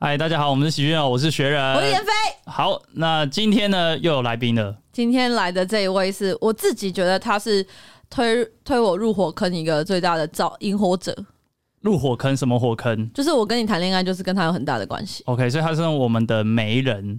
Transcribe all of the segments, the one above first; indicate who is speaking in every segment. Speaker 1: 嗨，大家好，我们是喜剧人，我是学人，
Speaker 2: 我是闫飞。
Speaker 1: 好，那今天呢又有来宾了，
Speaker 2: 今天来的这一位是我自己觉得他是推推我入火坑一个最大的造引火者，
Speaker 1: 入火坑什么火坑
Speaker 2: 就是我跟你谈恋爱，就是跟他有很大的关系。
Speaker 1: ？OK，所以他是我们的媒人，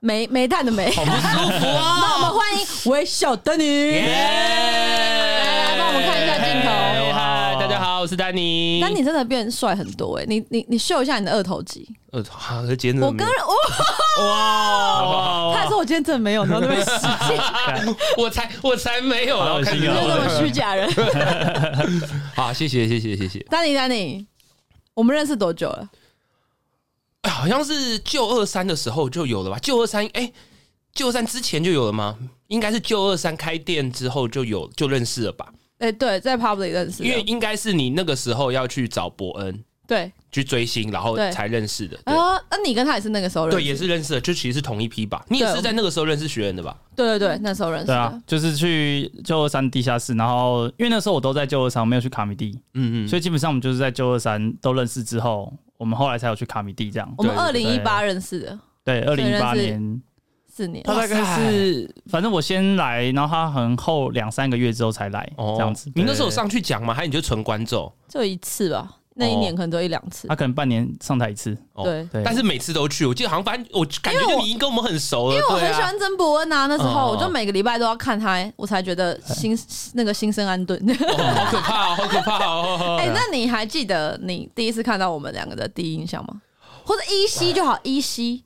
Speaker 2: 煤煤炭的煤，
Speaker 1: 好不舒服啊！
Speaker 2: 那我们欢迎微笑的你。来帮我们看一下镜头
Speaker 3: 嗨哎嗨，大家好，我是丹尼。
Speaker 2: 那你真的变帅很多哎、你你你秀一下你的二头肌。
Speaker 3: 呃，好，这节
Speaker 2: 我跟人
Speaker 1: 哇
Speaker 2: 我，哦他说我今天真的没有，然后那边虚假，
Speaker 3: 我才我才没有，
Speaker 1: 好
Speaker 3: 然后
Speaker 1: 恶心
Speaker 3: 开始
Speaker 1: 哦
Speaker 2: 就是那
Speaker 3: 弄
Speaker 2: 么
Speaker 3: 了
Speaker 2: 虚假人。
Speaker 3: 好，谢谢谢谢谢谢。
Speaker 2: 丹尼丹尼，我们认识多久了？
Speaker 3: 哎好像是旧二三的时候就有了吧？旧二三，哎，旧二三之前就有了吗？应该是旧二三开店之后就有就认识了吧？
Speaker 2: 哎、对，在 public 认识的，
Speaker 3: 因为应该是你那个时候要去找伯恩
Speaker 2: 对
Speaker 3: 去追星，然后
Speaker 2: 对
Speaker 3: 才认识的。对
Speaker 2: 啊，那你跟他也是那个时候认识
Speaker 3: 对，也是认识的，就其实是同一批吧。你也
Speaker 2: 对
Speaker 3: 是在那个时候认识学员的吧？
Speaker 2: 对对对，那时候认识
Speaker 1: 对
Speaker 2: 的。
Speaker 1: 啊，就是去旧二三地下室，然后因为那时候我都在旧二三，我没有去卡米蒂，
Speaker 3: 嗯嗯，
Speaker 1: 所以基本上我们就是在旧二三都认识之后，我们后来才有去卡米蒂这样
Speaker 2: 我。们二
Speaker 3: 对
Speaker 2: 零一
Speaker 1: 对
Speaker 2: 八认识的，
Speaker 1: 对，二
Speaker 2: 以
Speaker 1: 零一八
Speaker 2: 认识
Speaker 1: 年，
Speaker 2: 四年。
Speaker 1: 他大概
Speaker 3: 哇塞
Speaker 1: 是反正我先来，然后他很后两三个月之后才来，这样子。
Speaker 3: 哦你那时候有
Speaker 1: 对
Speaker 3: 上去讲吗？还是你就纯观众？
Speaker 2: 就一次吧，那一年可能就一两次
Speaker 1: 他。可能半年上台一次，
Speaker 3: 哦
Speaker 2: 对
Speaker 1: 对，
Speaker 3: 但是每次都去，我记得好像反正我感觉就你已经跟我们很熟了，
Speaker 2: 因为我
Speaker 3: 对
Speaker 2: 很喜
Speaker 3: 啊。
Speaker 2: 欢曾伯恩啊，那时候
Speaker 3: 哦哎
Speaker 2: 我就每个礼拜都要看他，我才觉得心那个心生安顿。
Speaker 3: 哦好可怕、哦，好可怕 哦！
Speaker 2: 哎，那你还记得你第一次看到我们两个的第一印象吗？
Speaker 3: 哦
Speaker 2: 或者依稀就好，，E 依稀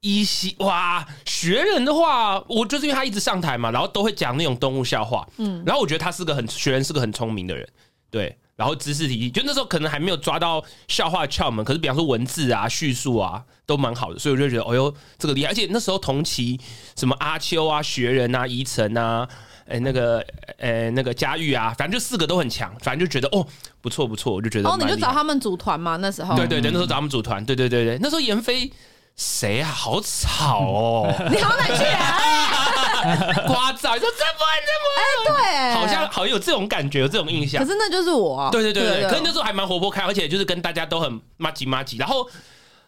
Speaker 3: 依稀哇，学人的话，我就是因为他一直上台嘛，然后都会讲那种动物笑话，嗯，然后我觉得他是个很学人是个很聪明的人，对，然后知识体系，就那时候可能还没有抓到笑话窍门，可是比方说文字啊、叙述啊都蛮好的，所以我就觉得，哎呦，这个厉害！而且那时候同期什么阿秋啊、学人啊、宜晨啊。哎、那个，哎、那个佳玉啊，反正就四个都很强，反正就觉得哦，不错不错，我就觉得
Speaker 2: 哦，
Speaker 3: 蛮厉
Speaker 2: 你
Speaker 3: 害。
Speaker 2: 就找他们组团嘛，那时候。
Speaker 1: 哦
Speaker 3: 对对对，那时候找他们组团，对对对对，那时候闫飞谁啊？好吵 哦，
Speaker 2: 你好哪去啊？
Speaker 3: 聒噪，你说这不
Speaker 2: 对，
Speaker 3: 这不，好像好像有这种感觉，有这种印象
Speaker 2: 可。是那就是我啊。
Speaker 3: 对对对对，哎可是那
Speaker 2: 对
Speaker 3: 时候还蛮活泼开，而且就是跟大家都很麻吉麻吉，然后。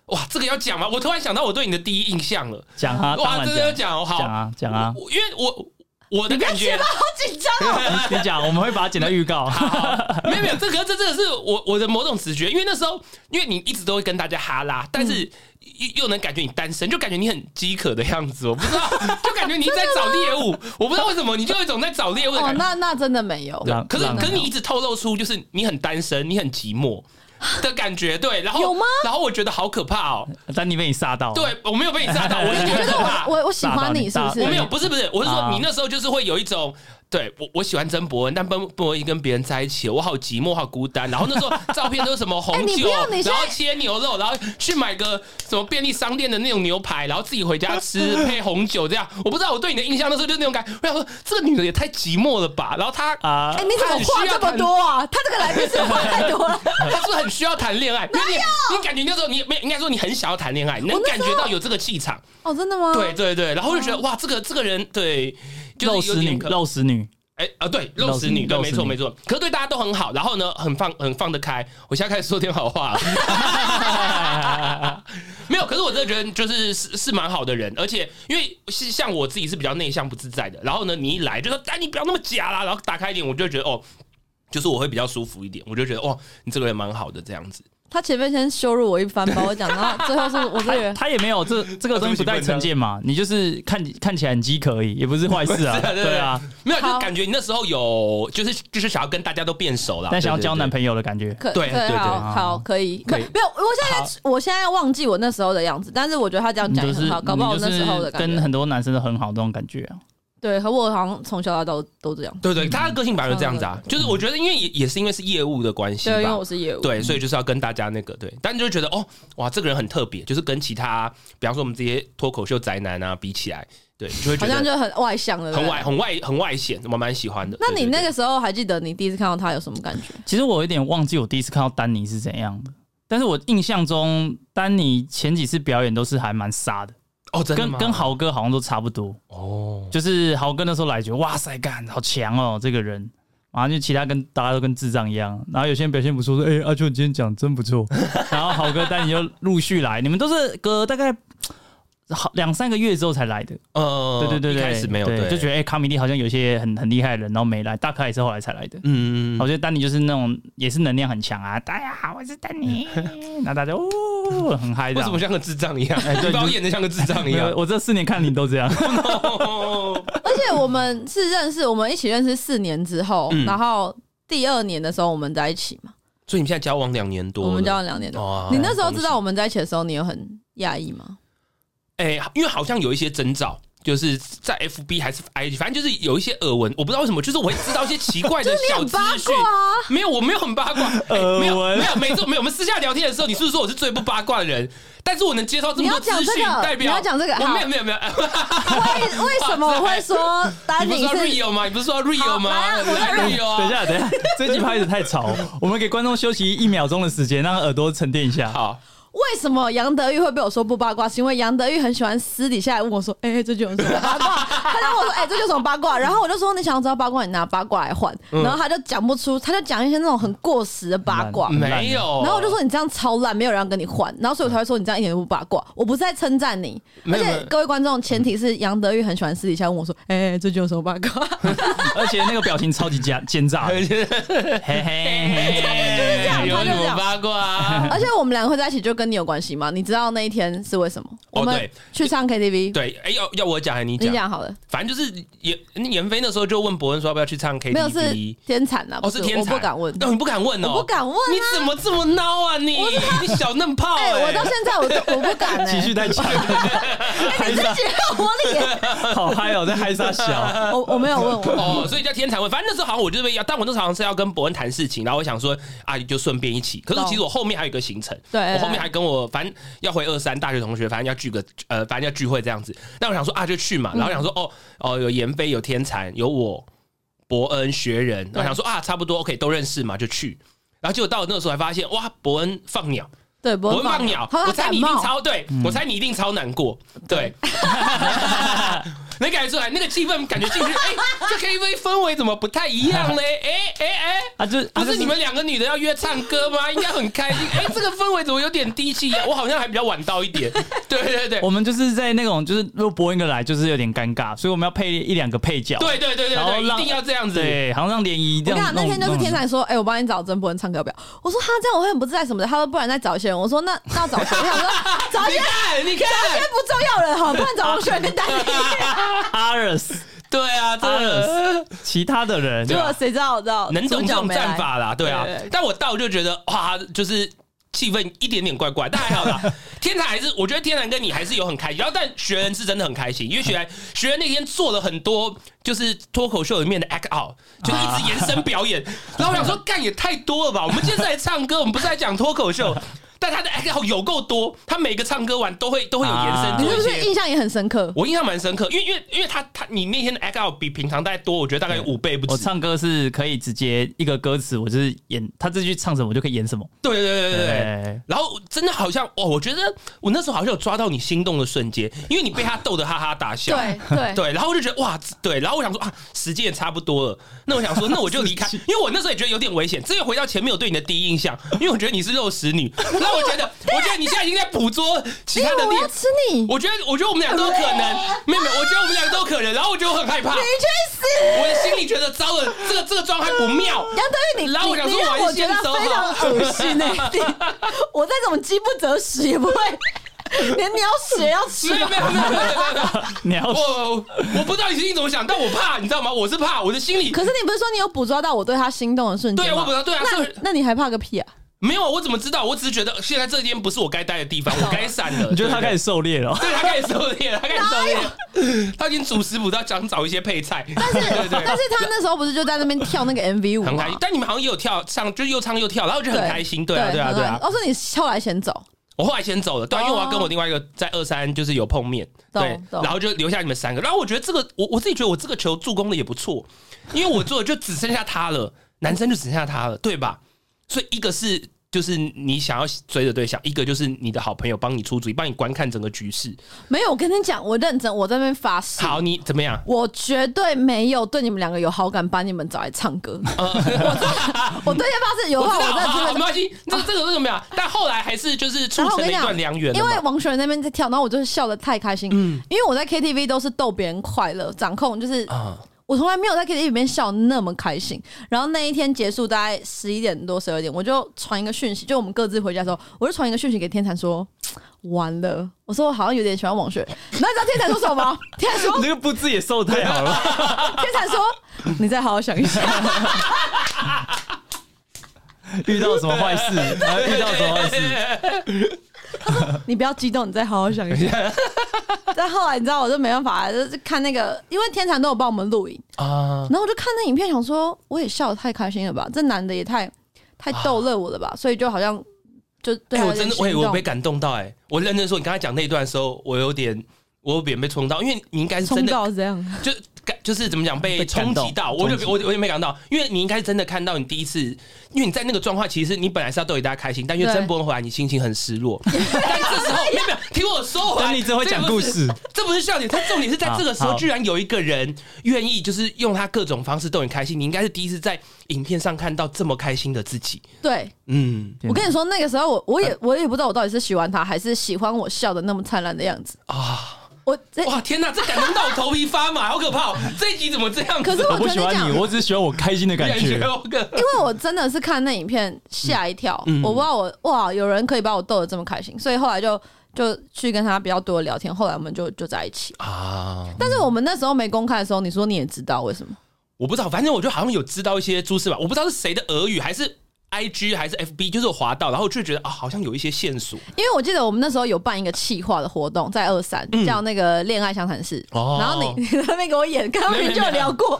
Speaker 3: 哇，这个要讲吗？我突然想到我对你的第一印象了。
Speaker 1: 讲啊，当
Speaker 3: 哇，
Speaker 1: 然
Speaker 3: 这个要讲哦，好
Speaker 1: 讲啊，讲啊，
Speaker 3: 我因为我我的感觉，
Speaker 2: 好紧张 哦。
Speaker 1: 你你讲，我们会把它剪到预告。
Speaker 3: 没有没有，这个这真的是我我的某种直觉，因为那时候，因为你一直都会跟大家哈拉，但是
Speaker 2: 嗯
Speaker 3: 又又能感觉你单身，就感觉你很饥渴的样子，我不 知道，就感觉你在找猎物，我不知道为什么，你就有一种在找猎物的
Speaker 2: 哦，
Speaker 3: 感觉。
Speaker 2: 那那真的没有。
Speaker 3: 对啊
Speaker 1: 浪
Speaker 3: 可是
Speaker 1: 浪
Speaker 3: 可是你
Speaker 1: 漫
Speaker 3: 一直透露出就是你很单身，你很寂寞的感觉，对，然后
Speaker 2: 有吗
Speaker 3: 然后我觉得好可怕哦，
Speaker 1: 丹尼被你吓到，，
Speaker 3: 对我没有被你吓到，我是
Speaker 2: 你
Speaker 3: 觉得
Speaker 2: 觉得
Speaker 3: 可怕
Speaker 2: 我。我我喜欢你是不是？
Speaker 3: 我没有，不是不是，我是说
Speaker 1: 啊
Speaker 3: 你那时候就是会有一种，对我我喜欢曾伯恩，但曾伯恩跟别人在一起，我好寂寞，好孤单。然后那时候照片都是什么红
Speaker 2: 哎你
Speaker 3: 酒，
Speaker 2: 不要你现在
Speaker 3: 然后切牛肉，然后去买个什么便利商店的那种牛排，然后自己回家吃配红酒这样。我不知道我对你的印象那时候就是那种感觉，我想说这个女的也太寂寞了吧。然 后她
Speaker 1: 啊
Speaker 2: 哎、，你怎么话这么多啊？他这个来宾是不是话太多了。
Speaker 3: 她是不是很需要谈恋爱？因为你你感觉那时候你没有应该说你很想要谈恋爱，你能
Speaker 2: 我那
Speaker 3: 感
Speaker 2: 时候
Speaker 3: 觉到有这个气场。
Speaker 2: 哦，真的吗？
Speaker 3: 对，对对，然后我就觉得哇，这个这个人对。就是
Speaker 1: 肉
Speaker 3: 有
Speaker 1: 食
Speaker 3: 点
Speaker 1: 女，
Speaker 3: 可
Speaker 1: 肉食女，
Speaker 3: 哎、啊，对，肉食女，对，
Speaker 1: 肉食女
Speaker 3: 没错没错。可是对大家都很好，然后呢，很放很放得开。我现在开始说点好话了， 没有。可是我真的觉得就是是是蛮好的人，而且因为是像我自己是比较内向不自在的，然后呢，你一来就说，哎、你不要那么假啦，然后打开一点，我就觉得哦，就是我会比较舒服一点，我就觉得哦，你这个人蛮好的这样子。
Speaker 2: 他前面先羞辱我一番， 把我讲到最后是我这个人。
Speaker 1: 她也没有这这个东西不带成见嘛，你就是看看起来很饥渴而已，也不是坏事啊，
Speaker 3: 不是啊对
Speaker 1: 对啊，
Speaker 3: 没有，就
Speaker 2: 好
Speaker 3: 是感觉你那时候有，就是就是想要跟大家都变熟啦，
Speaker 1: 但想要
Speaker 3: 对
Speaker 1: 交男
Speaker 3: 对
Speaker 1: 朋友的感觉，
Speaker 2: 可
Speaker 3: 对对对
Speaker 2: 好好可以可
Speaker 3: 可
Speaker 2: 以
Speaker 3: 以
Speaker 2: 没有，我现在我现在忘记我那时候的样子，但是我觉得他这样
Speaker 1: 你
Speaker 2: 讲
Speaker 1: 就
Speaker 2: 也
Speaker 1: 是
Speaker 2: 很好，搞不好我
Speaker 1: 你
Speaker 2: 那
Speaker 1: 就
Speaker 2: 时候
Speaker 1: 是
Speaker 2: 的感
Speaker 1: 跟
Speaker 2: 觉，
Speaker 1: 很多男生都很好，这种感觉啊，
Speaker 2: 对，和我好像从小到大都都这样，
Speaker 3: 对对，他的个性本来就这样子啊，就是我觉得，因为也也是因为是业务的关系吧，
Speaker 2: 对，因为我是业务，
Speaker 3: 对，所以就是要跟大家那个对，但就觉得哦，哇，这个人很特别，就是跟其他，比方说我们这些脱口秀宅男啊比起来，对，就会
Speaker 2: 好
Speaker 3: 觉
Speaker 2: 像
Speaker 3: 得
Speaker 2: 就很外向了，对不
Speaker 3: 很
Speaker 2: 对
Speaker 3: 外、。很外、很外显，我蛮喜欢的。
Speaker 2: 那你那
Speaker 3: 对
Speaker 2: 个时候还记得你第一次看到他有什么感觉？
Speaker 1: 其实我有点忘记我第一次看到丹尼是怎样的，但是我印象中丹尼前几次表演都是还蛮杀的，
Speaker 3: 对对哦，真的
Speaker 1: 跟
Speaker 3: 吗
Speaker 1: 跟豪哥好像都差不多，
Speaker 3: 哦，
Speaker 1: 就是豪哥那时候来觉得哇塞干好强哦这个人，马上就其他跟大家都跟智障一样，然后有些人表现不错，说：“哎、阿秋你今天讲真不错。” 然后好哥、丹尼就陆续来，你们都是隔大概好两三个月之后才来的，
Speaker 3: 呃，
Speaker 1: 对对对
Speaker 3: 一
Speaker 1: 对，
Speaker 3: 开始没有，
Speaker 1: 对，就觉得
Speaker 3: 得，
Speaker 1: 哎，卡米蒂好像有一些很很厉害的人，然后没来，大咖也是后来才来的。
Speaker 3: 嗯，嗯
Speaker 1: 我觉得丹尼就是那种也是能量很强啊，大家好，我是丹尼，那大家哦很嗨的
Speaker 3: 为。什么像个智障一样？
Speaker 1: 哎对
Speaker 3: 你把啊我演的像个智障一
Speaker 1: 没
Speaker 3: 样
Speaker 1: 有，。我这四年看你都这样。
Speaker 2: 而且我们是认识，我们一起认识四年之后，
Speaker 3: 嗯
Speaker 2: 然后第二年的时候我们在一起嘛，
Speaker 3: 所以你们现在交往两年多了，
Speaker 2: 我们交往两年多。
Speaker 3: 哇
Speaker 2: 你那时候知道我们在一起的时候，你有很讶异吗？
Speaker 3: 哎、因为好像有一些征兆，就是在 FB 还是 IG，反正就是有一些耳闻，我不知道为什么，就是我会知道一些奇怪 的小
Speaker 2: 很
Speaker 3: 资
Speaker 2: 八
Speaker 3: 讯
Speaker 2: 卦。啊，
Speaker 3: 没有，我没有很八卦，哎
Speaker 1: 耳闻
Speaker 3: 没有，没有，每次没有。我们私下聊天的时候，你是不是说我是最不八卦的人？但是我能接受这么
Speaker 2: 你
Speaker 3: 多
Speaker 2: 要讲
Speaker 3: 资
Speaker 2: 这
Speaker 3: 讯，
Speaker 2: 个
Speaker 3: 代表
Speaker 2: 你要讲这个
Speaker 3: 我
Speaker 2: 好
Speaker 3: 没有，没有，没有。
Speaker 2: 为为什么我会说丹
Speaker 3: 你不是
Speaker 2: 尼
Speaker 3: 说
Speaker 2: 是
Speaker 3: Rio 吗？你不是说 Rio
Speaker 2: 好
Speaker 3: 吗？
Speaker 2: 来啊我
Speaker 3: 来 Rio
Speaker 1: 等
Speaker 3: 啊
Speaker 1: 一！下，等一下，这集拍的太吵，我们给观众休息一秒钟的时间，让耳朵沉淀一下。
Speaker 3: 好，
Speaker 2: 为什么杨德玉会被我说不八卦？是因为杨德玉很喜欢私底下来问我说：“哎、这就有什么八 卦？”他就问我说：“哎、这就有什么八卦？”然后我就说：“你想要知道八卦，你拿八卦来换。”
Speaker 3: 嗯
Speaker 2: 然后他就讲不出，他就讲一些那种很过时的八卦。
Speaker 1: 很烂
Speaker 3: 没有。
Speaker 2: 然后我就，说你这样超烂，没有人要跟你换，然后所以我才会说你这样一点都不八卦。我不是在称赞你，而
Speaker 3: 没有没
Speaker 2: 且
Speaker 3: 有
Speaker 2: 各位观众，前提是杨德玉很喜欢私底下问我说：“哎、这就有什么八卦？”
Speaker 1: 而且那个表情超级奸奸 诈的， 嘿嘿嘿，
Speaker 2: 就是这样，
Speaker 3: 哎有
Speaker 2: 他就
Speaker 3: 什
Speaker 2: 这
Speaker 3: 么
Speaker 2: 样。
Speaker 3: 八卦啊？
Speaker 2: 而且我们两个会在一起，就跟你有关系吗？你知道那一天是为什么？
Speaker 3: 哦
Speaker 2: 我们
Speaker 3: 对
Speaker 2: 去唱 KTV，
Speaker 3: 对，哎，要要我讲还是你
Speaker 2: 你
Speaker 3: 讲？
Speaker 2: 讲好了。
Speaker 3: 反正就是严严飞那时候就问伯恩说要不要去唱
Speaker 2: 没有是
Speaker 3: KTV，
Speaker 2: 天产啊，不
Speaker 3: 哦是天
Speaker 2: 我
Speaker 3: 才，
Speaker 2: 不敢问，
Speaker 3: 哦你不敢问哦，
Speaker 2: 我不敢问啊
Speaker 3: 你怎么这么孬啊你？你小嫩炮
Speaker 2: 哎、
Speaker 3: 哎，
Speaker 2: 我到现在我都我不 敢哎、
Speaker 1: 情绪太强了，
Speaker 2: 你自己让我脸，
Speaker 1: 好嗨哦，在嗨啥 小？
Speaker 2: 我我没有问我，
Speaker 3: 哦，所以叫天才问。反正那时候好像我就被要，但我那时候好像是要跟伯恩谈事情，然后我想说啊，就顺便一起。可是其实我后面还有一个行程，
Speaker 2: 对
Speaker 3: 我后面还跟我反正要回二三大学同学，反正要聚个呃，反正要聚会这样子。那我想说啊，就去嘛。然后想说哦哦，有严飞，有天才，有我伯恩学人。我想说啊，差不多 OK，都认识嘛，就去。然后结果到了那个时候才发现，哇，伯恩放鸟，
Speaker 2: 对，
Speaker 3: 伯
Speaker 2: 不
Speaker 3: 恩放鸟，
Speaker 2: 他
Speaker 3: 我
Speaker 2: 他
Speaker 3: 猜
Speaker 2: 感
Speaker 3: 你一定
Speaker 2: 冒，
Speaker 3: 超对，我猜你一定超难过，对。 能感觉出来那个气氛，感觉进去，哎，这 KTV 氛围怎么不太一样呢？哎哎哎，
Speaker 1: 啊，就啊
Speaker 3: 不
Speaker 1: 就是
Speaker 3: 你们两个女的要约唱歌吗？应该很开心。哎，这个氛围怎么有点低气压？我好像还比较晚到一点。对对对
Speaker 1: 我们就是在那种，就是如果播一个来，就是有点尴尬，所以我们要配一两个配角。
Speaker 3: 对对对对
Speaker 1: 然后
Speaker 3: 对，一
Speaker 1: 让
Speaker 3: 定要这样子。
Speaker 1: 对，好像让联谊
Speaker 2: 我
Speaker 1: 这
Speaker 2: 跟你
Speaker 1: 样
Speaker 2: 讲，。那天就是天才说，哎、我帮你找曾伯恩唱歌要不要？我说哈，这样我会很不自在什么的。他说不然再找一些人。我说那那要找谁？我想说找一
Speaker 3: 你
Speaker 2: 些
Speaker 3: 看，你看，
Speaker 2: 找一些不重要人好，不然找王轩跟丹 尼。
Speaker 1: 阿尔斯，
Speaker 3: 对啊，真的。
Speaker 1: 其他的人
Speaker 2: 结果谁知道我知道
Speaker 3: 啊能懂
Speaker 2: 主
Speaker 3: 这
Speaker 2: 角
Speaker 3: 种
Speaker 2: 没来
Speaker 3: 战法啦，对啊
Speaker 2: 对对。
Speaker 3: 但我到就觉得哇，就是气氛一点点怪怪，但还好啦。天才还是我觉得天才跟你还是有很开心，然后但学人是真的很开心，因为学 人学人那天做了很多就是脱口秀里面的 act out，就一直延伸表演。
Speaker 2: 啊
Speaker 3: 然后我想说，干也太多了吧？我们今天是来唱歌，我们不是来讲脱口秀。但他的 act out 有够多，他每个唱歌完都会都会有延伸
Speaker 1: 啊
Speaker 2: 你
Speaker 3: 做一些。
Speaker 2: 是不是印象也很深刻？
Speaker 3: 我印象蛮深刻，因为因为因为他他你那天的 act out 比平常大概多，我觉得大概有五倍不
Speaker 1: 我
Speaker 3: 止。
Speaker 1: 唱歌是可以直接一个歌词，我就是演他这句唱什么，我就可以演什么。
Speaker 3: 对对对对对。，然后真的好像哦，我觉得我那时候好像有抓到你心动的瞬间，因为你被他逗得哈哈大笑。
Speaker 2: 对对
Speaker 3: 对，然后我就觉得哇，对，然后我想说啊，时间也差不多了，那我想说，那我就离开，因为我那时候也觉得有点危险。这又回到前面我对你的第一印象，因为我觉得你是肉食女，然后我 觉得，我觉得你现在已经在捕捉其
Speaker 2: 因
Speaker 3: 他
Speaker 2: 为
Speaker 3: 的
Speaker 2: 我
Speaker 3: 猎
Speaker 2: 要，吃你，你
Speaker 3: 我觉得，我觉得我们俩都有可能，妹妹，我觉得我们俩都有可能，然后我觉得我很害怕，
Speaker 2: 去死！
Speaker 3: 我的心里觉得糟了，这个这个状态 不妙。
Speaker 2: 杨德玉，你
Speaker 3: 然后我想
Speaker 2: 你
Speaker 3: 说
Speaker 2: 你让我觉得
Speaker 3: 我还先走好
Speaker 2: 非常恶心哎、 你我再怎么饥不择食也不会，连鸟屎也要吃啊
Speaker 3: 没有
Speaker 2: 吧
Speaker 3: 没？有没有没有没有没有。
Speaker 1: 你要
Speaker 3: 我我不知道你心里怎么想，但我怕，你知道吗？我是怕，我的心里
Speaker 2: 可是你不是说你有捕捉到我对他心动的瞬间
Speaker 3: 对
Speaker 2: 吗
Speaker 3: 我不知道，对啊，所以
Speaker 2: 那那你还怕个屁啊！
Speaker 3: 没有，我怎么知道？我只是觉得现在这间不是我该待的地方，我该散了。
Speaker 1: 你觉得他
Speaker 3: 对
Speaker 1: 开始狩猎了？
Speaker 3: 对他开始狩猎了，他开始狩猎，他已经主食补到想找一些配菜，但是对对
Speaker 2: 但是他那时候不是就在那边跳那个 MV 舞
Speaker 3: 很
Speaker 2: 吗
Speaker 3: 开？心。但你们好像也有跳唱，就是又唱又跳，然后我就很开心。对啊，对啊，对啊。
Speaker 2: 哦，是你后来先走，
Speaker 3: 我后来先走了，对啊，
Speaker 2: 哦
Speaker 3: 因为我要跟我另外一个在二三就是有碰面，
Speaker 2: 懂
Speaker 3: 对，
Speaker 2: 懂
Speaker 3: 然后就留下你们三个。然后我觉得这个，我我自己觉得我这个球助攻的也不错，因为我做的就只剩下他了，男生就只剩下他了，对吧？所以一个是就是你想要追的对象，一个就是你的好朋友帮你出主意，帮你观看整个局势。
Speaker 2: 没有，我跟你讲，我认真，我在那边发誓，
Speaker 3: 好，你怎么样？
Speaker 2: 我绝对没有对你们两个有好感，把你们找来唱 歌。我对天发誓，有
Speaker 3: 我
Speaker 2: 的话
Speaker 3: 知道，
Speaker 2: 我
Speaker 3: 好好
Speaker 2: 认
Speaker 3: 好
Speaker 2: 真
Speaker 3: 没
Speaker 2: 的。
Speaker 3: 关系，这个这个为什么样？但后来还是就是促
Speaker 2: 然后我跟你
Speaker 3: 成了一
Speaker 2: 讲
Speaker 3: 段良，缘了
Speaker 2: 因
Speaker 3: 嘛。嗯
Speaker 2: 为王璇那边在跳，然后我就是笑的太开心，因为我在 KTV 都是逗别人快乐，掌控就是
Speaker 3: 啊，
Speaker 2: 我从来没有在 KTV 里面笑那么开心。然后那一天结束大概十一点多、十二点，我就传一个讯息，就我们各自回家的时候，我就传一个讯息给天蚕说：“完了，我说我好像有点喜欢王雪。”然后你知道天蚕说什么 吗？天蚕说：“
Speaker 1: 你这个不字也瘦太好了，
Speaker 2: 天蚕说：“你再好好想一想。
Speaker 1: 遇到什么坏事？然后 遇到什么坏事？
Speaker 2: 你不要激动，你再好好想一想。 但后来你知道，我就没办法，就是看那个，因为天蚕都有帮我们录影，
Speaker 3: 啊，
Speaker 2: 然后我就看那影片，想说我也笑得太开心了吧，这男的也太太逗乐我了吧，所以就好像就对
Speaker 3: 哎，
Speaker 2: 他
Speaker 3: 我
Speaker 2: 有
Speaker 3: 真
Speaker 2: 点
Speaker 3: 的，
Speaker 2: 心
Speaker 3: 我我被
Speaker 2: 动。
Speaker 3: 感动到，哎，我认真说，你刚才讲那一段的时候，我有点，我有点被冲到，因为你应该是
Speaker 2: 冲
Speaker 3: 真的
Speaker 2: 到这样，
Speaker 3: 就感就是怎么讲被
Speaker 1: 被感
Speaker 3: 冲
Speaker 1: 动
Speaker 3: 击到，我
Speaker 1: 冲击
Speaker 3: 就我我也没感到，因为你应该真的看到你第一次，因为你在那个状况，其实你本来是要逗大家开心，但因为
Speaker 2: 对
Speaker 3: 真不能回来，你心情很失落。但这时候没有 没有，听我说回来，
Speaker 1: 等你只会讲
Speaker 3: 这不
Speaker 1: 故
Speaker 3: 是，
Speaker 1: 事，
Speaker 3: 这不是笑点，它重点是在这个时
Speaker 1: 好
Speaker 3: 候，
Speaker 1: 好
Speaker 3: 居然有一个人愿意就是用他各种方式逗你开心，你应该是第一次在影片上看到这么开心的自己。
Speaker 2: 对
Speaker 3: 嗯
Speaker 2: 我跟你说，那个时候我
Speaker 3: 啊
Speaker 2: 我也我也不知道我到底是喜欢他，还是喜欢我笑的那么灿烂的样子。
Speaker 3: 啊，
Speaker 2: 我这
Speaker 3: 哇天哪，这感动到我头皮发麻，好可怕、哦！这一集怎么这样子？
Speaker 2: 可是我
Speaker 1: 我不
Speaker 2: 跟
Speaker 1: 喜
Speaker 2: 你
Speaker 1: 欢
Speaker 2: 讲
Speaker 1: 你，，我只是喜欢我开心的感 觉。
Speaker 3: 我个
Speaker 2: 因为我真的是看那影片吓一跳，
Speaker 3: 嗯嗯
Speaker 2: 我不知道我哇，有人可以把我逗得这么开心，所以后来就就去跟他比较多的聊天，后来我们就就在一起。
Speaker 3: 啊。
Speaker 2: 但是我们那时候没公开的时候，你说你也知道为什么？
Speaker 3: 我不知道，反正我就好像有知道一些蛛丝吧，我不知道是谁的俄语还是 I G 还是 F B，就是我滑到，然后我就觉得啊、好像有一些线索
Speaker 2: 因为我记得我们那时候有办一个企划的活动，在二三、叫那个恋爱相谈室，
Speaker 3: 嗯哦
Speaker 2: 然后你 你在那边给我演，跟他们
Speaker 3: 没有
Speaker 2: 就有聊过，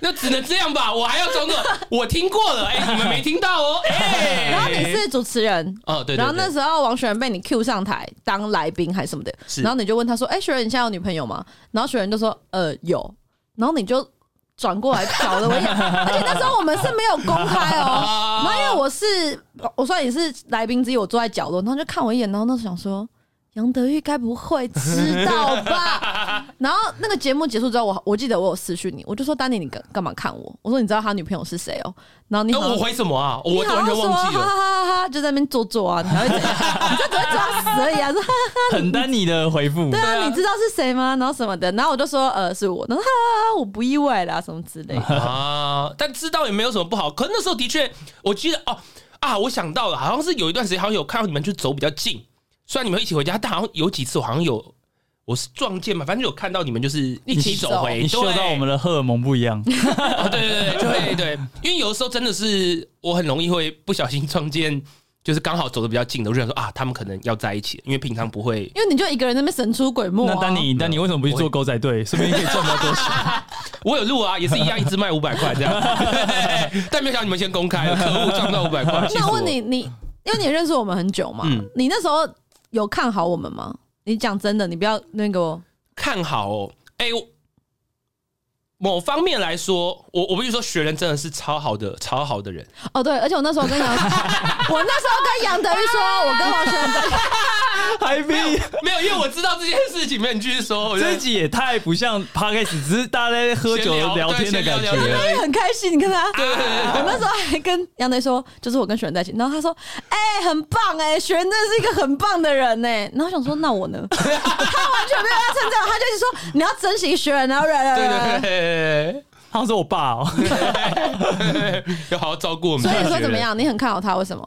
Speaker 3: 那只能这样吧，我还要装作我听过 了，哎、你们没听到哦， 哎、
Speaker 2: 然后你是主持人。
Speaker 3: 哦，对对对，
Speaker 2: 然后那时候王雪仁被你 Q 上台当来宾还是什么的，
Speaker 3: 是
Speaker 2: 然后你就问他说：“哎、雪仁，你现在有女朋友吗？”然后雪仁就说：“呃，有。”然后你就转过来瞟了我一眼， 而且那时候我们是没有公开哦。然
Speaker 3: 啊
Speaker 2: 后因为我是我算也是来宾之一，我坐在角落，然后就看我一眼，然后那时候想说。杨德玉该不会知道吧？ 然后那个节目结束之后，我我记得我有私讯你，我就说丹尼，你干干嘛看我？我说你知道他女朋友是谁哦？然后你
Speaker 3: 那、
Speaker 2: 好像
Speaker 3: 我回什么啊？我
Speaker 2: 你好
Speaker 3: 完
Speaker 2: 好
Speaker 3: 全
Speaker 2: 说
Speaker 3: 忘记
Speaker 2: 哈
Speaker 3: 了。
Speaker 2: 哈哈哈，就在那边做作啊，你还会怎样？ 你就只会抓死而已啊！说哈
Speaker 1: 很丹尼的回复，
Speaker 2: 对
Speaker 3: 对
Speaker 2: 啊，
Speaker 3: 啊
Speaker 2: 你知道是谁吗？然后什么的，然后我就说呃是我，然后哈哈哈，我不意外啦，什么之类 的。
Speaker 3: 啊，但知道也没有什么不好。可那时候的确，我记得哦啊，我想到了，好像是有一段时间，好像有看到你们去走比较近，虽然你们一起回家，但好像有几次我好像有我是撞见嘛，反正就有看到你们就是一起走回，
Speaker 1: 哦你嗅
Speaker 3: 对
Speaker 1: 到我 们的荷尔蒙不一样，
Speaker 3: 哦，对对对，就会对，因为有的时候真的是我很容易会不小心撞见，就是刚好走的比较近的，我就想说啊，他们可能要在一起，因为平常不会。
Speaker 2: 因为你就一个人在那边神出鬼没、啊。
Speaker 1: 那丹尼，丹尼为什么不去做狗仔队？说不定可以赚比 较多钱。
Speaker 3: 我有录啊，也是一样，一支卖五百块这 样，对但没有想到你们先公开了，可恶，赚不到五百块。气死
Speaker 2: 那
Speaker 3: 我
Speaker 2: 问你，你因为你认识我们很久嘛，
Speaker 3: 嗯
Speaker 2: 你那时候有看好我们吗？你讲真的，你不要那个哦
Speaker 3: 看好哦，哎、我某方面来说，我我必须说，学人真的是超好的，超好的人。
Speaker 2: 哦，对，而且我那时候跟 杨，我那时候跟杨德玉说，我跟王学仁在
Speaker 1: 还比
Speaker 3: 没有，因为我知道这件事情，没有你继续说。我觉
Speaker 1: 这
Speaker 3: 得
Speaker 1: 一集也太不像 podcast，只是大家在喝酒
Speaker 3: 闲聊
Speaker 1: 聊天的感
Speaker 3: 对闲聊聊
Speaker 1: 觉。
Speaker 3: 天
Speaker 2: 也哎很开心，你看他。
Speaker 3: 对对对
Speaker 2: 我那时候还跟杨雷说，就是我跟雪人在一起，然后他说：“哎、很棒哎、雪人真的是一个很棒的人哎、然后我想说，那我呢？他 完全没有要称赞我，他就是说你要珍惜雪人，然后然
Speaker 3: 对
Speaker 2: 后
Speaker 3: 对对
Speaker 1: 他是我爸哦，
Speaker 3: 对对，要好好照顾我们。
Speaker 2: 所以你说怎么？样？你很看好他，为什么？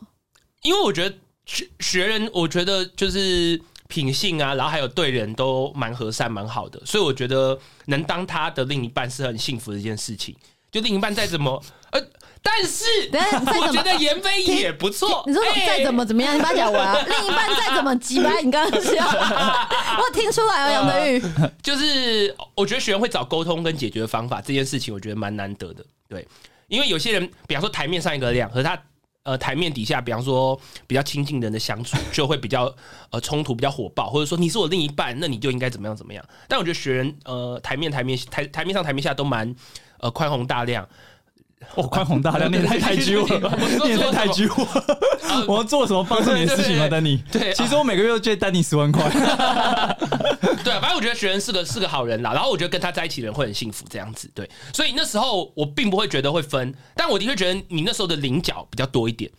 Speaker 3: 因为我觉得学学人，我觉得就是品性啊，然后还有对人都蛮和善、蛮好的，所以我觉得能当他的另一半是很幸福的一件事情。就另一半再怎么呃，但是
Speaker 2: 等一下再怎么呃
Speaker 3: 我觉得严飞也不错。
Speaker 2: 你说
Speaker 3: 哎
Speaker 2: 再怎么怎么样？你把它讲完啊。另一半再怎么急掰，你刚刚是要我听出来了，杨德 玉。
Speaker 3: 就是我觉得学员会找沟通跟解决方法这件事情，我觉得蛮难得的。对，因为有些人，比方说台面上一个量，和他呃台面底下，比方说比较亲近的人的相处，就会比较呃冲突比较火爆，或者说你是我另一半，那你就应该怎么样怎么样。但我觉得学员呃台面台面台台面上台面下都蛮呃宽宏大量。
Speaker 1: 我哦宽宏大量，你也太抬举我了，你也太抬举我了。我要做什么帮助你的事情吗，
Speaker 3: 对对对
Speaker 1: 丹尼？
Speaker 3: 呃对啊
Speaker 1: 其实我每个月都借丹尼十万块。
Speaker 3: 对啊，反正我觉得学人是个是个好人啦，啊然后我觉得跟他在一起的人会很幸福，这样子对。所以那时候我并不会觉得会分，但我的确觉得你那时候的棱角比较多一点。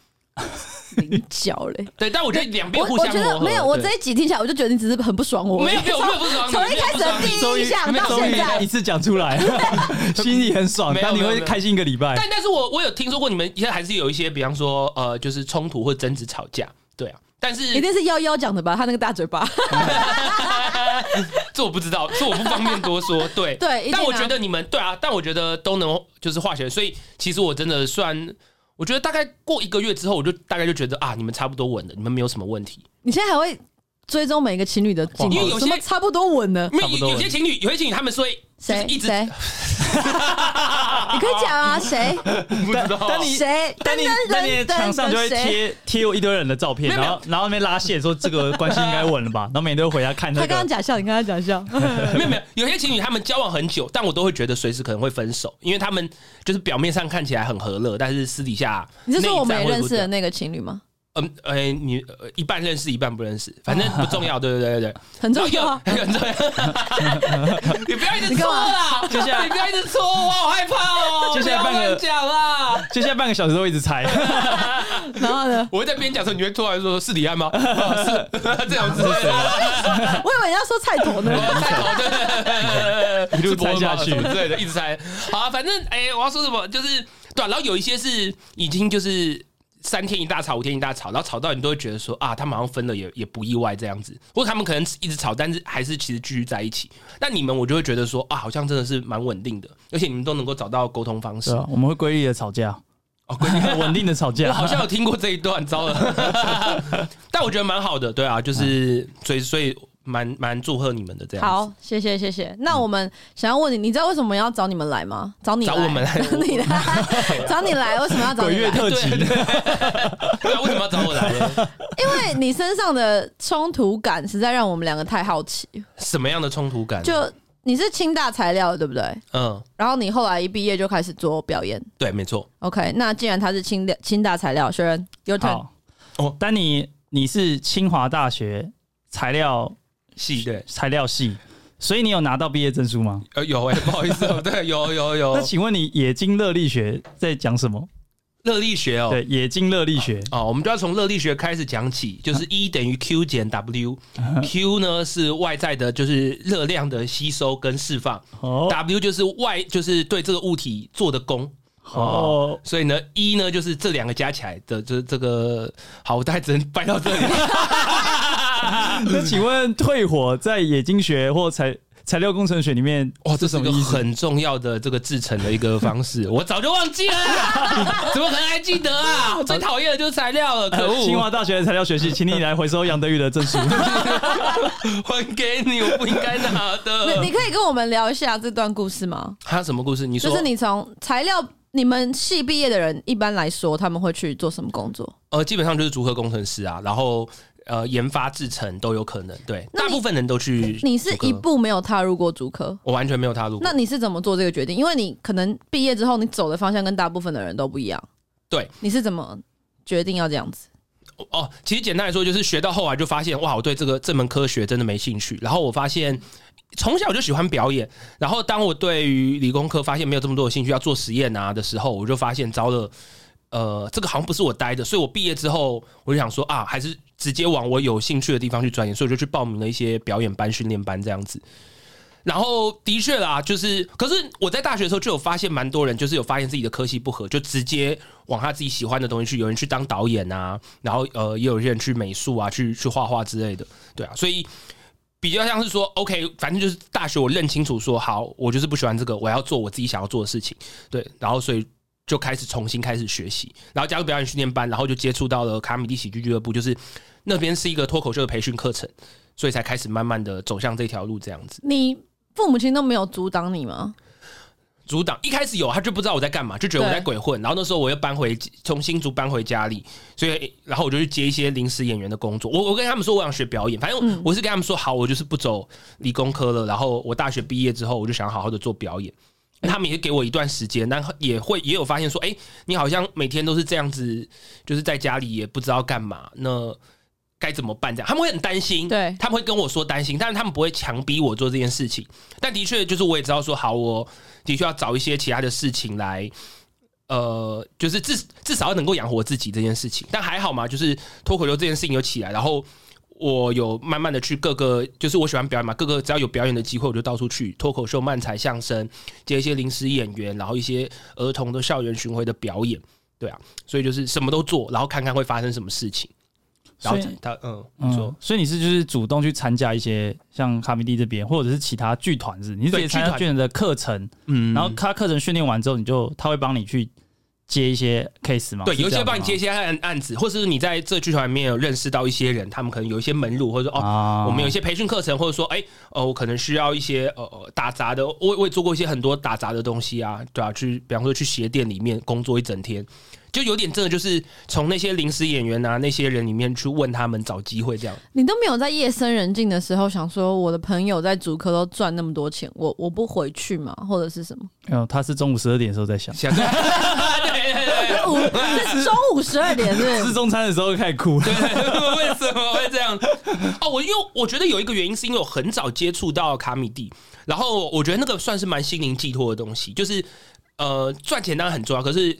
Speaker 2: 菱角嘞。
Speaker 3: 对，但我觉得两边
Speaker 2: 我
Speaker 3: 互
Speaker 2: 我
Speaker 3: 相
Speaker 2: 觉
Speaker 3: 磨
Speaker 2: 得
Speaker 3: 合。
Speaker 2: 没有，我
Speaker 3: 对
Speaker 2: 这一集听起来我就觉得你只是很不爽我。
Speaker 3: 没有没有没有不爽你
Speaker 2: 从
Speaker 3: 没
Speaker 2: 一
Speaker 3: 有
Speaker 2: 开始的
Speaker 3: 不爽你
Speaker 2: 第一印象到
Speaker 1: 终
Speaker 2: 现
Speaker 1: 于
Speaker 2: 在
Speaker 1: 一，次讲出来， 心里很爽，
Speaker 3: 没有
Speaker 1: 但你
Speaker 3: 没有
Speaker 1: 会
Speaker 3: 没有
Speaker 1: 开心一个礼拜。
Speaker 3: 哎但但是我我有听说过你们现在还是有一些，比方说呃，就是冲突或争执、吵架，对啊。但
Speaker 2: 一
Speaker 3: 是
Speaker 2: 定是幺幺讲的吧？他那个大嘴巴，
Speaker 3: 这我不知道，这我不方便多说。对
Speaker 2: 对一定啊
Speaker 3: 但我觉得你们对啊，但我觉得都能就是化学，所以其实我真的算，我觉得大概过一个月之后，我就大概就觉得啊，你们差不多稳了，你们没有什么问题。
Speaker 2: 你现在还会追踪每个情侣的进
Speaker 3: 因
Speaker 2: 度
Speaker 3: 为有，
Speaker 2: 什
Speaker 3: 些
Speaker 2: 么差不多稳了？
Speaker 3: 因为
Speaker 1: 差不
Speaker 3: 有
Speaker 1: 多
Speaker 3: 有些情侣，有些情侣他们说就是
Speaker 2: 哎谁
Speaker 3: 一直
Speaker 2: 谁？你可以讲啊，谁
Speaker 3: 不知道啊，
Speaker 1: 但你
Speaker 2: 谁？
Speaker 1: 丹尼
Speaker 2: 噔噔噔
Speaker 1: 丹尼的
Speaker 2: 噔
Speaker 1: 墙上就会
Speaker 2: 谁
Speaker 1: 贴贴我一堆人的照片，
Speaker 3: 没有
Speaker 1: 然后然后那边拉线说这个关系应该稳了 吧，然后每天都会回家看
Speaker 2: 他
Speaker 1: 那
Speaker 2: 刚刚
Speaker 1: 个。
Speaker 2: 假笑，你刚刚假笑，
Speaker 3: 没有没有，有些情侣他们交往很久，但我都会觉得随时可能会分手，因为他们就是表面上看起来很和乐，但是私底下
Speaker 2: 你是说我
Speaker 3: 内在
Speaker 2: 没
Speaker 3: 会
Speaker 2: 认
Speaker 3: 不
Speaker 2: 识的
Speaker 3: 对
Speaker 2: 那个情侣吗？
Speaker 3: 嗯呃、你呃一半认识一半不认识，反正不重要，对对对对对，
Speaker 2: 很重 要 啊。
Speaker 3: 然后又很重要。你不要一直哎
Speaker 2: 你干
Speaker 3: 错
Speaker 2: 嘛
Speaker 3: 啦，
Speaker 1: 接下来
Speaker 3: 你不要一直错，我好害怕哦。
Speaker 1: 接下来
Speaker 3: 不要
Speaker 1: 半个
Speaker 3: 乱讲啦，
Speaker 1: 接下来半个小时都一直猜，
Speaker 2: 然后呢？
Speaker 3: 我会在边讲的时候，你会突然说是李安吗？啊是这 样子。
Speaker 2: 我以为你要说菜头 呢。
Speaker 3: 猜头 对，
Speaker 1: 一路猜下去
Speaker 3: 是伯恩吗什么之类的，一直猜。好、啊，反正哎、我要说什么就是对啊、然后有一些是已经就是三天一大吵，五天一大吵，然后吵到你都会觉得说啊，他们好像分了也也不意外这样子，或者他们可能一直吵，但是还是其实继续在一起。那你们我就会觉得说啊，好像真的是蛮稳定的，而且你们都能够找到沟通方 式
Speaker 1: 对。啊啊，我们会规律的吵架，
Speaker 3: 哦，
Speaker 1: 稳定的吵
Speaker 3: 我
Speaker 1: 架。
Speaker 3: 好像有听过这一段，糟了， 但我觉得蛮好的，对啊，
Speaker 1: 嗯
Speaker 3: 就是所以所以蛮蛮祝贺你们的这样子。
Speaker 2: 好，啊谢谢谢谢。那我们想要问你，你知道为什么要找你们来吗？找你来，
Speaker 3: 找我们来
Speaker 2: 找 你 来，找你来，为什么要找
Speaker 1: 鬼
Speaker 2: 你
Speaker 1: 月
Speaker 2: 来？
Speaker 1: 特
Speaker 3: 对
Speaker 1: 辑，
Speaker 3: 对啊，为什么要找我来呢？
Speaker 2: 因为你身上的冲突感实在让我们两个太好奇。
Speaker 3: 什么样的冲突感？
Speaker 2: 就你是清大材料的，对不对？
Speaker 3: 嗯，
Speaker 2: 然后你后来一毕业就开始做表演。
Speaker 3: 对，没错。
Speaker 2: OK，那既然他是清大清大材料，学人 your turn。
Speaker 1: 好
Speaker 3: 哦，
Speaker 1: 呃丹尼，你是清华大学材料
Speaker 3: 系对，
Speaker 1: 材料系，所以你有拿到毕业证书吗？
Speaker 3: 呃，有哎、 不好意思、哦，对，有有
Speaker 1: 那
Speaker 3: 有，
Speaker 1: 请问你冶金热力学在讲什么？
Speaker 3: 热力学哦，
Speaker 1: 对，冶金热力学，
Speaker 3: 哦，我们就要从热力学开始讲起，就是 E 等于 Q 减 W，Q 呢是外在的，就是热量的吸收跟释放
Speaker 1: 哦
Speaker 3: ，W 就是外就是对这个物体做的功。
Speaker 1: 哦，
Speaker 3: 所以呢，一呢就是这两个加起来的，就是这个好，我大概只能掰到这里。
Speaker 1: 那请问退火在冶金学或材材料工程学里 面，
Speaker 3: 哇，这
Speaker 1: 是什
Speaker 3: 是一
Speaker 1: 么
Speaker 3: 个
Speaker 1: 意思？
Speaker 3: 很重要的这个制成的一个方式，我早就忘记了啊，怎么可能还记得啊？我最讨厌的就是材料了，可
Speaker 1: 清
Speaker 3: 恶！
Speaker 1: 华大学的材料学系，请你来回收杨德玉的 证书。
Speaker 3: 还给你，我不应该拿
Speaker 2: 你
Speaker 3: 的
Speaker 2: 你。可以跟我们聊一下这段故事吗？
Speaker 3: 他什么故事？你
Speaker 2: 就
Speaker 3: 说
Speaker 2: 是你从材料，你们系毕业的人一般来说，他们会去做什么工作？
Speaker 3: 呃，基本上就是组合工程师啊，然后呃，研发制成都有可能，对，
Speaker 2: 那
Speaker 3: 大
Speaker 2: 你
Speaker 3: 部分人都去。
Speaker 2: 你是一，步没有踏入过主科，
Speaker 3: 我完全没有踏入过。
Speaker 2: 那你是怎么做这个决定？因为你可能毕业之后，你走的方向跟大部分的人都不一样。
Speaker 3: 对，
Speaker 2: 你是怎么决定要这样子？
Speaker 3: 哦，其实简单来说，就是学到后来就发现，哇，我对这个这门科学真的没兴趣。然后我发现从小就喜欢表演，然后当我对于理工科发现没有这么多的兴趣，要做实验啊的时候，我就发现糟了，呃，这个好像不是我待的。所以我毕业之后，我就想说啊，还是直接往我有兴趣的地方去钻研，所以我就去报名了一些表演班、训练班这样子。然后的确啦，就是，可是我在大学的时候就有发现，蛮多人就是有发现自己的科系不合，就直接往他自己喜欢的东西去，有人去当导演啊，然后呃，也有些人去美术啊，去去画画之类的，对啊，所以比较像是说，OK，反正就是大学我认清楚说，好，我就是不喜欢这个，我要做我自己想要做的事情，对，然后所以就开始重新开始学习，然后加入表演训练班，然后就接触到了卡米蒂喜剧俱乐部，就是那边是一个脱口秀的培训课程，所以才开始慢慢的走向这条路这样子。
Speaker 2: 你父母亲都没有阻挡你吗？
Speaker 3: 阻挡。一开始有，他就不知道我在干嘛，就觉得我在
Speaker 2: 对
Speaker 3: 鬼混。然后那时候我又搬回从新竹搬回家里，所以然后我就去接一些临时演员的工作。我我跟他们说我想学表演，反
Speaker 2: 嗯
Speaker 3: 正我是跟他们说好，我就是不走理工科了。然后我大学毕业之后，我就想好好的做表演。
Speaker 2: 哎
Speaker 3: 他们也给我一段时间，但也会也有发现说，哎、你好像每天都是这样子，就是在家里也不知道干嘛，那该怎么办？这样他们会很担心，
Speaker 2: 对
Speaker 3: 他们会跟我说担心，但是他们不会强逼我做这件事情。但的确，就是我也知道说，好，我的确要找一些其他的事情来，呃，就是至至少要能够养活自己这件事情。但还好嘛，就是脱口秀这件事情有起来，然后我有慢慢的去各个，就是我喜欢表演嘛，各个只要有表演的机会，我就到处去脱口秀、漫才、相声，接一些临时演员，然后一些儿童的校园巡回的表演，对啊，所以就是什么都做，然后看看会发生什么事情。然
Speaker 1: 所
Speaker 3: 后
Speaker 1: 以
Speaker 3: 他嗯，你说
Speaker 1: 嗯，所以你是就是主动去参加一些像卡米蒂这边，或者是其他剧团是，你是直接
Speaker 3: 对
Speaker 1: 参加
Speaker 3: 剧团
Speaker 1: 剧团的课程，
Speaker 3: 嗯，
Speaker 1: 然后他课程训练完之后，你就他会帮你去接一些 case 吗？
Speaker 3: 对，
Speaker 1: 哦是
Speaker 3: 有一
Speaker 1: 这
Speaker 3: 些
Speaker 1: 样
Speaker 3: 帮你
Speaker 1: 吗
Speaker 3: 接一些案案子，或是你在这剧团里面有认识到一些人，他们可能有一些门路，或者说哦。
Speaker 1: 啊
Speaker 3: 我们有一些培训课程，或者说，哎、呃，我可能需要一些呃呃打杂的，我我也做过一些很多打杂的东西啊，对啊，去比方说去鞋店里面工作一整天，就有点真的就是从那些临时演员啊那些人里面去问他们找机会这样。
Speaker 2: 你都没有在夜深人静的时候想说，我的朋友在主科都赚那么多钱，我我不回去嘛，或者是什么？
Speaker 1: 嗯，他是中午十二点的时候在想，
Speaker 3: 想对 对对对
Speaker 2: 午哎是中午十二点是不
Speaker 1: 吃
Speaker 2: 是？
Speaker 1: 中餐的时候开始哭，
Speaker 3: 对， 为什么会这样？哦，我因为我觉得有一个原因是因为我很早接触到卡米蒂，然后我觉得那个算是蛮心灵寄托的东西，就是呃，赚钱当然很重要，可是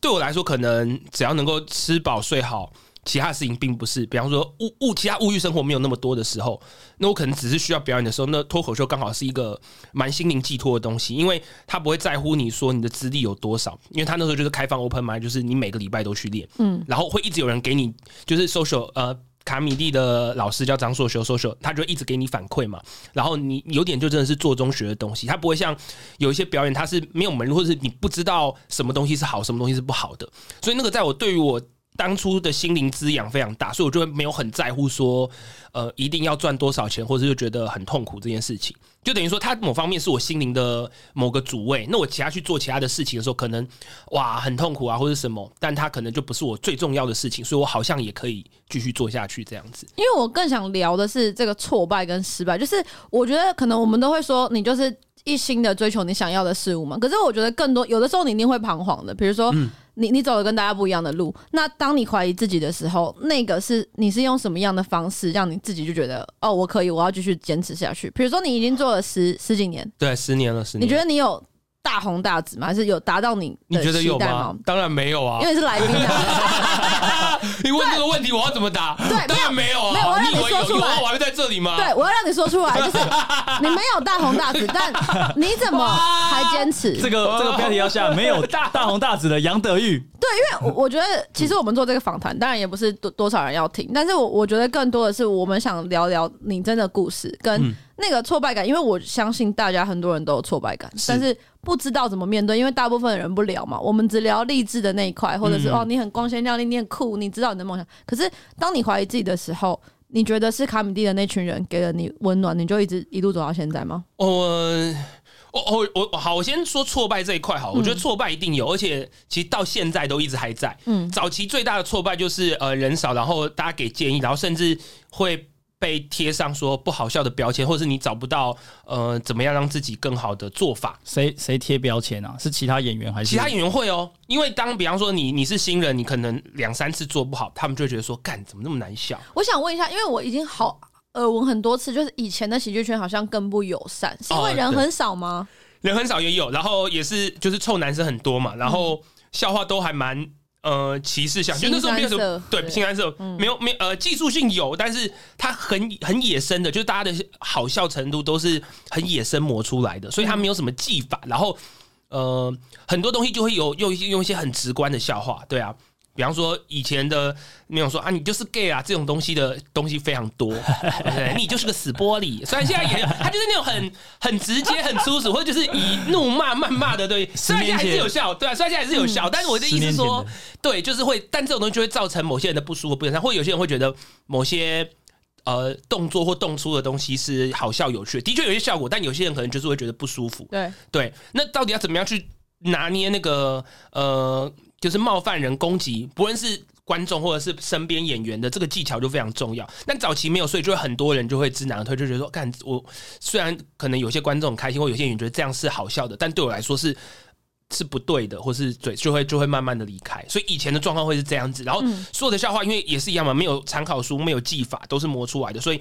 Speaker 3: 对我来说，可能只要能够吃饱睡好。其他事情并不是，比方说物物其他物欲生活没有那么多的时候，那我可能只是需要表演的时候，那脱口秀刚好是一个蛮心灵寄托的东西，因为他不会在乎你说你的资历有多少，因为他那时候就是开放 open m i d 就是你每个礼拜都去练，
Speaker 2: 嗯，
Speaker 3: 然后会一直有人给你，就是 social 呃卡米蒂的老师叫张硕修 social，他就一直给你反馈嘛。然后你有点就真的是做中学的东西，他不会像有一些表演，他是没有门路，或是你不知道什么东西是好，什么东西是不好的。所以那个在我对于我。当初的心灵滋养非常大，所以我就会没有很在乎说，呃，一定要赚多少钱，或者就觉得很痛苦这件事情。就等于说，他某方面是我心灵的某个主位。那我其他去做其他的事情的时候，可能哇很痛苦啊，或者什么，但它可能就不是我最重要的事情，所以我好像也可以继续做下去这样子。
Speaker 2: 因为我更想聊的是这个挫败跟失败，就是我觉得可能我们都会说，你就是一心的追求你想要的事物嘛。可是我觉得更多有的时候你一定会彷徨的，比如说。
Speaker 3: 嗯
Speaker 2: 你你走了跟大家不一样的路，那当你怀疑自己的时候，那个是你是用什么样的方式让你自己就觉得哦，我可以，我要继续坚持下去？比如说你已经做了十十几年，
Speaker 3: 对，十年了，十
Speaker 2: 你
Speaker 3: 年。
Speaker 2: 觉得你有大红大紫吗？还是有达到你
Speaker 3: 你
Speaker 2: 的
Speaker 3: 觉得有
Speaker 2: 期待
Speaker 3: 吗？？当然没有啊
Speaker 2: 因！为你是来宾啊，
Speaker 3: 你问这个问题，我要怎么答？
Speaker 2: 对
Speaker 3: 当然没有
Speaker 2: 没有我
Speaker 3: 啊！
Speaker 2: 要让
Speaker 3: 你以
Speaker 2: 你
Speaker 3: 为有
Speaker 2: 说出
Speaker 3: 有
Speaker 2: 来
Speaker 3: 啊我还在这里吗？
Speaker 2: 对，我要让你说出 来，就是你没有大红大紫，但你怎么还坚持？
Speaker 1: 这个这个标题要下，没有大大红大紫的杨德玉，
Speaker 2: 我我觉得，其实我们做这个访谈，当然也不是多多少人要听，但是我我觉得更多的是我们想聊聊你真的故事
Speaker 1: 嗯
Speaker 2: 跟那个挫败感，因为我相信大家很多人都有挫败感，但是不知道怎么面对，因为大部分人不聊嘛，我们只聊励志的那一块，或者
Speaker 1: 嗯
Speaker 2: 是、哦你很光鲜亮丽，你很酷，你知道你的梦想，可是当你怀疑自己的时候。你觉得是卡米蒂的那群人给了你温暖，你就一直一路走到现在吗？
Speaker 3: 我我呃哦我我好，我先说挫败这一块好，我觉
Speaker 1: 嗯
Speaker 3: 得挫败一定有，而且其实到现在都一直还在。
Speaker 2: 嗯
Speaker 3: 早期最大的挫败就是呃人少，然后大家给建议，然后甚至会被贴上说不好笑的标签，或是你找不到呃怎么样让自己更好的做法。
Speaker 1: 谁谁贴标签啊？是其他演员还是
Speaker 3: 其他演员会哦，因为当比方说你你是新人，你可能两三次做不好，他们就会觉得说干怎么那么难笑。
Speaker 2: 我想问一下，因为我已经好耳闻很多次，就是以前的喜剧圈好像更不友善，是因为
Speaker 3: 哦
Speaker 2: 人
Speaker 3: 对
Speaker 2: 很少吗？
Speaker 3: 人很少也有，然后也是就是臭男生很多嘛，然
Speaker 2: 嗯
Speaker 3: 后笑话都还蛮呃歧视向，就
Speaker 2: 新
Speaker 3: 那时候没有什
Speaker 2: 三
Speaker 3: 么
Speaker 2: 色
Speaker 3: 对
Speaker 2: 对嗯
Speaker 3: 新三色没有没有呃技术性有，但是它很很野生的，就是大家的好笑程度都是很野生磨出来的，所以它没有什么技法，然后呃很多东西就会有用一些用一些很直观的笑话，对啊。比方说以前的那种说啊，你就是 gay 啊，这种东西的东西非常多， 对你就是个死玻璃。虽然现在也有， 他就是那种很很直接、很粗俗，或者就是以怒骂、谩骂的，对。虽然现在还是有效，对啊，虽然现在还是有效，但是我的意思是说
Speaker 1: 嗯10年前的，
Speaker 3: 对，就是会，但这种东西就会造成某些人的不舒服、不友善，或者有些人会觉得某些。呃，动作或动出的东西是好笑有趣的，的确有些效果，但有些人可能就是会觉得不舒服。
Speaker 2: 对，
Speaker 3: 对，那到底要怎么样去拿捏那个呃，就是冒犯人攻击，不论是观众或者是身边演员的这个技巧就非常重要。但早期没有，所以就会很多人就会知难而退，就觉得说，干我虽然可能有些观众很开心，或有些演员觉得这样是好笑的，但对我来说是。 是不对的，或是嘴就会就会慢慢的离开，所以以前的状况会是这样子。然后所有的笑话，因为也是一样嘛，没有参考书，没有技法，都是磨出来的，所以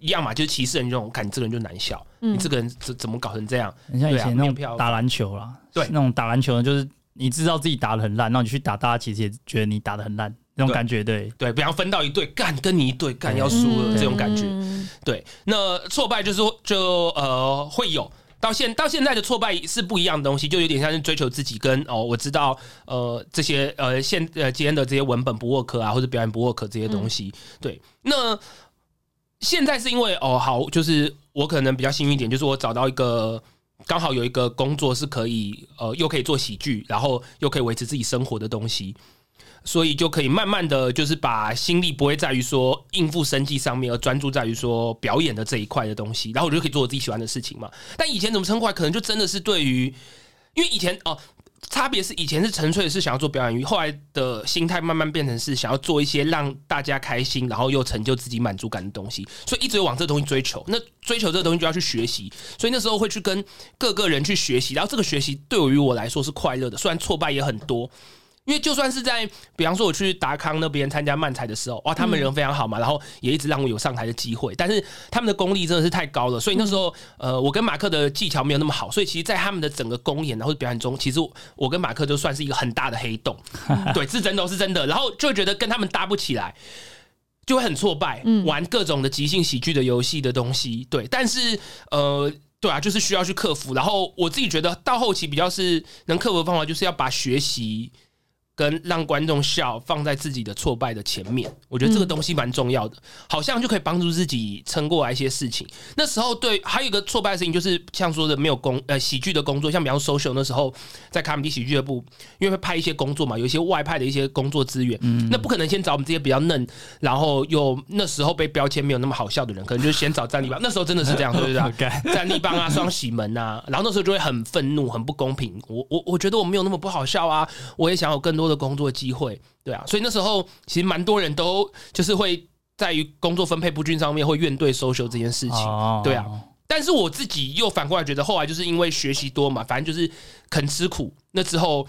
Speaker 3: 一样嘛，就是歧视人这种，看你这个人就难笑，你这个人怎怎么搞成这样？
Speaker 1: 很像以
Speaker 3: 对啊
Speaker 1: 前
Speaker 3: 没
Speaker 1: 那
Speaker 3: 有票
Speaker 1: 种打篮球啦，
Speaker 3: 对
Speaker 1: 那种打篮球的就是你知道自己打的很烂，然后你去打，大家其实也觉得你打的很烂，那种
Speaker 3: 对
Speaker 1: 感觉，对，
Speaker 3: 对，比方分到一队，干跟你一队，干
Speaker 1: 对
Speaker 3: 要输了
Speaker 2: 嗯
Speaker 3: 这种感觉。
Speaker 2: 嗯
Speaker 3: 对，那挫败就是说就呃会有。到现到现在的挫败是不一样的东西，就有点像是追求自己跟哦，我知道呃这些呃现呃今天的这些文本不 work 啊，或者表演不 work 这些东西。对，那现在是因为哦好，就是我可能比较幸运一点，就是我找到一个刚好有一个工作是可以呃又可以做喜剧，然后又可以维持自己生活的东西，所以就可以慢慢的就是把心力不会在于说应付生计上面，而专注在于说表演的这一块的东西，然后我就可以做我自己喜欢的事情嘛。但以前怎么称快，可能就真的是对于，因为以前哦。差别是以前是纯粹是想要做表演欲，后来的心态慢慢变成是想要做一些让大家开心，然后又成就自己满足感的东西，所以一直往这东西追求。那追求这个东西就要去学习，所以那时候会去跟各个人去学习，然后这个学习对于我来说是快乐的，虽然挫败也很多，因为就算是在，比方说我去达康那边参加漫才的时候，哇，他们人非常好嘛，然后也一直让我有上台的机会，但是他们的功力真的是太高了，所以那时候，呃，我跟马克的技巧没有那么好，所以其实，在他们的整个公演然啊后表演中，其实我我跟马克就算是一个很大的黑洞，对，是真的哦，是真的，然后就会觉得跟他们搭不起来。就会很挫败，玩各种的即兴喜剧的游戏的东西，对，但是呃，对啊，就是需要去克服。然后我自己觉得到后期比较是能克服的方法，就是要把学习跟让观众笑放在自己的挫败的前面，我觉得这个东西蛮重要的，好像就可以帮助自己撑过来一些事情。那时候对，还有一个挫败的事情就是像说的没有工呃喜剧的工作，像比方 social 那时候在卡米蒂喜剧的部，因为会派一些工作嘛，有一些外派的一些工作资源，那不可能先找我们这些比较嫩，然后又那时候被标签没有那么好笑的人，可能就是先找战力吧。那时候真的是这样，对不对啊？
Speaker 1: 干
Speaker 3: 战力帮啊、双喜门啊，然后那时候就会很愤怒、很不公平。我我我觉得我没有那么不好笑啊，我也想有更多的工作机会，对啊。所以那时候其实蛮多人都就是会在于工作分配不均上面会怨对 social 这件事情。
Speaker 1: 哦
Speaker 3: 对啊，但是我自己又反过来觉得，后来就是因为学习多嘛，反正就是肯吃苦。那之后，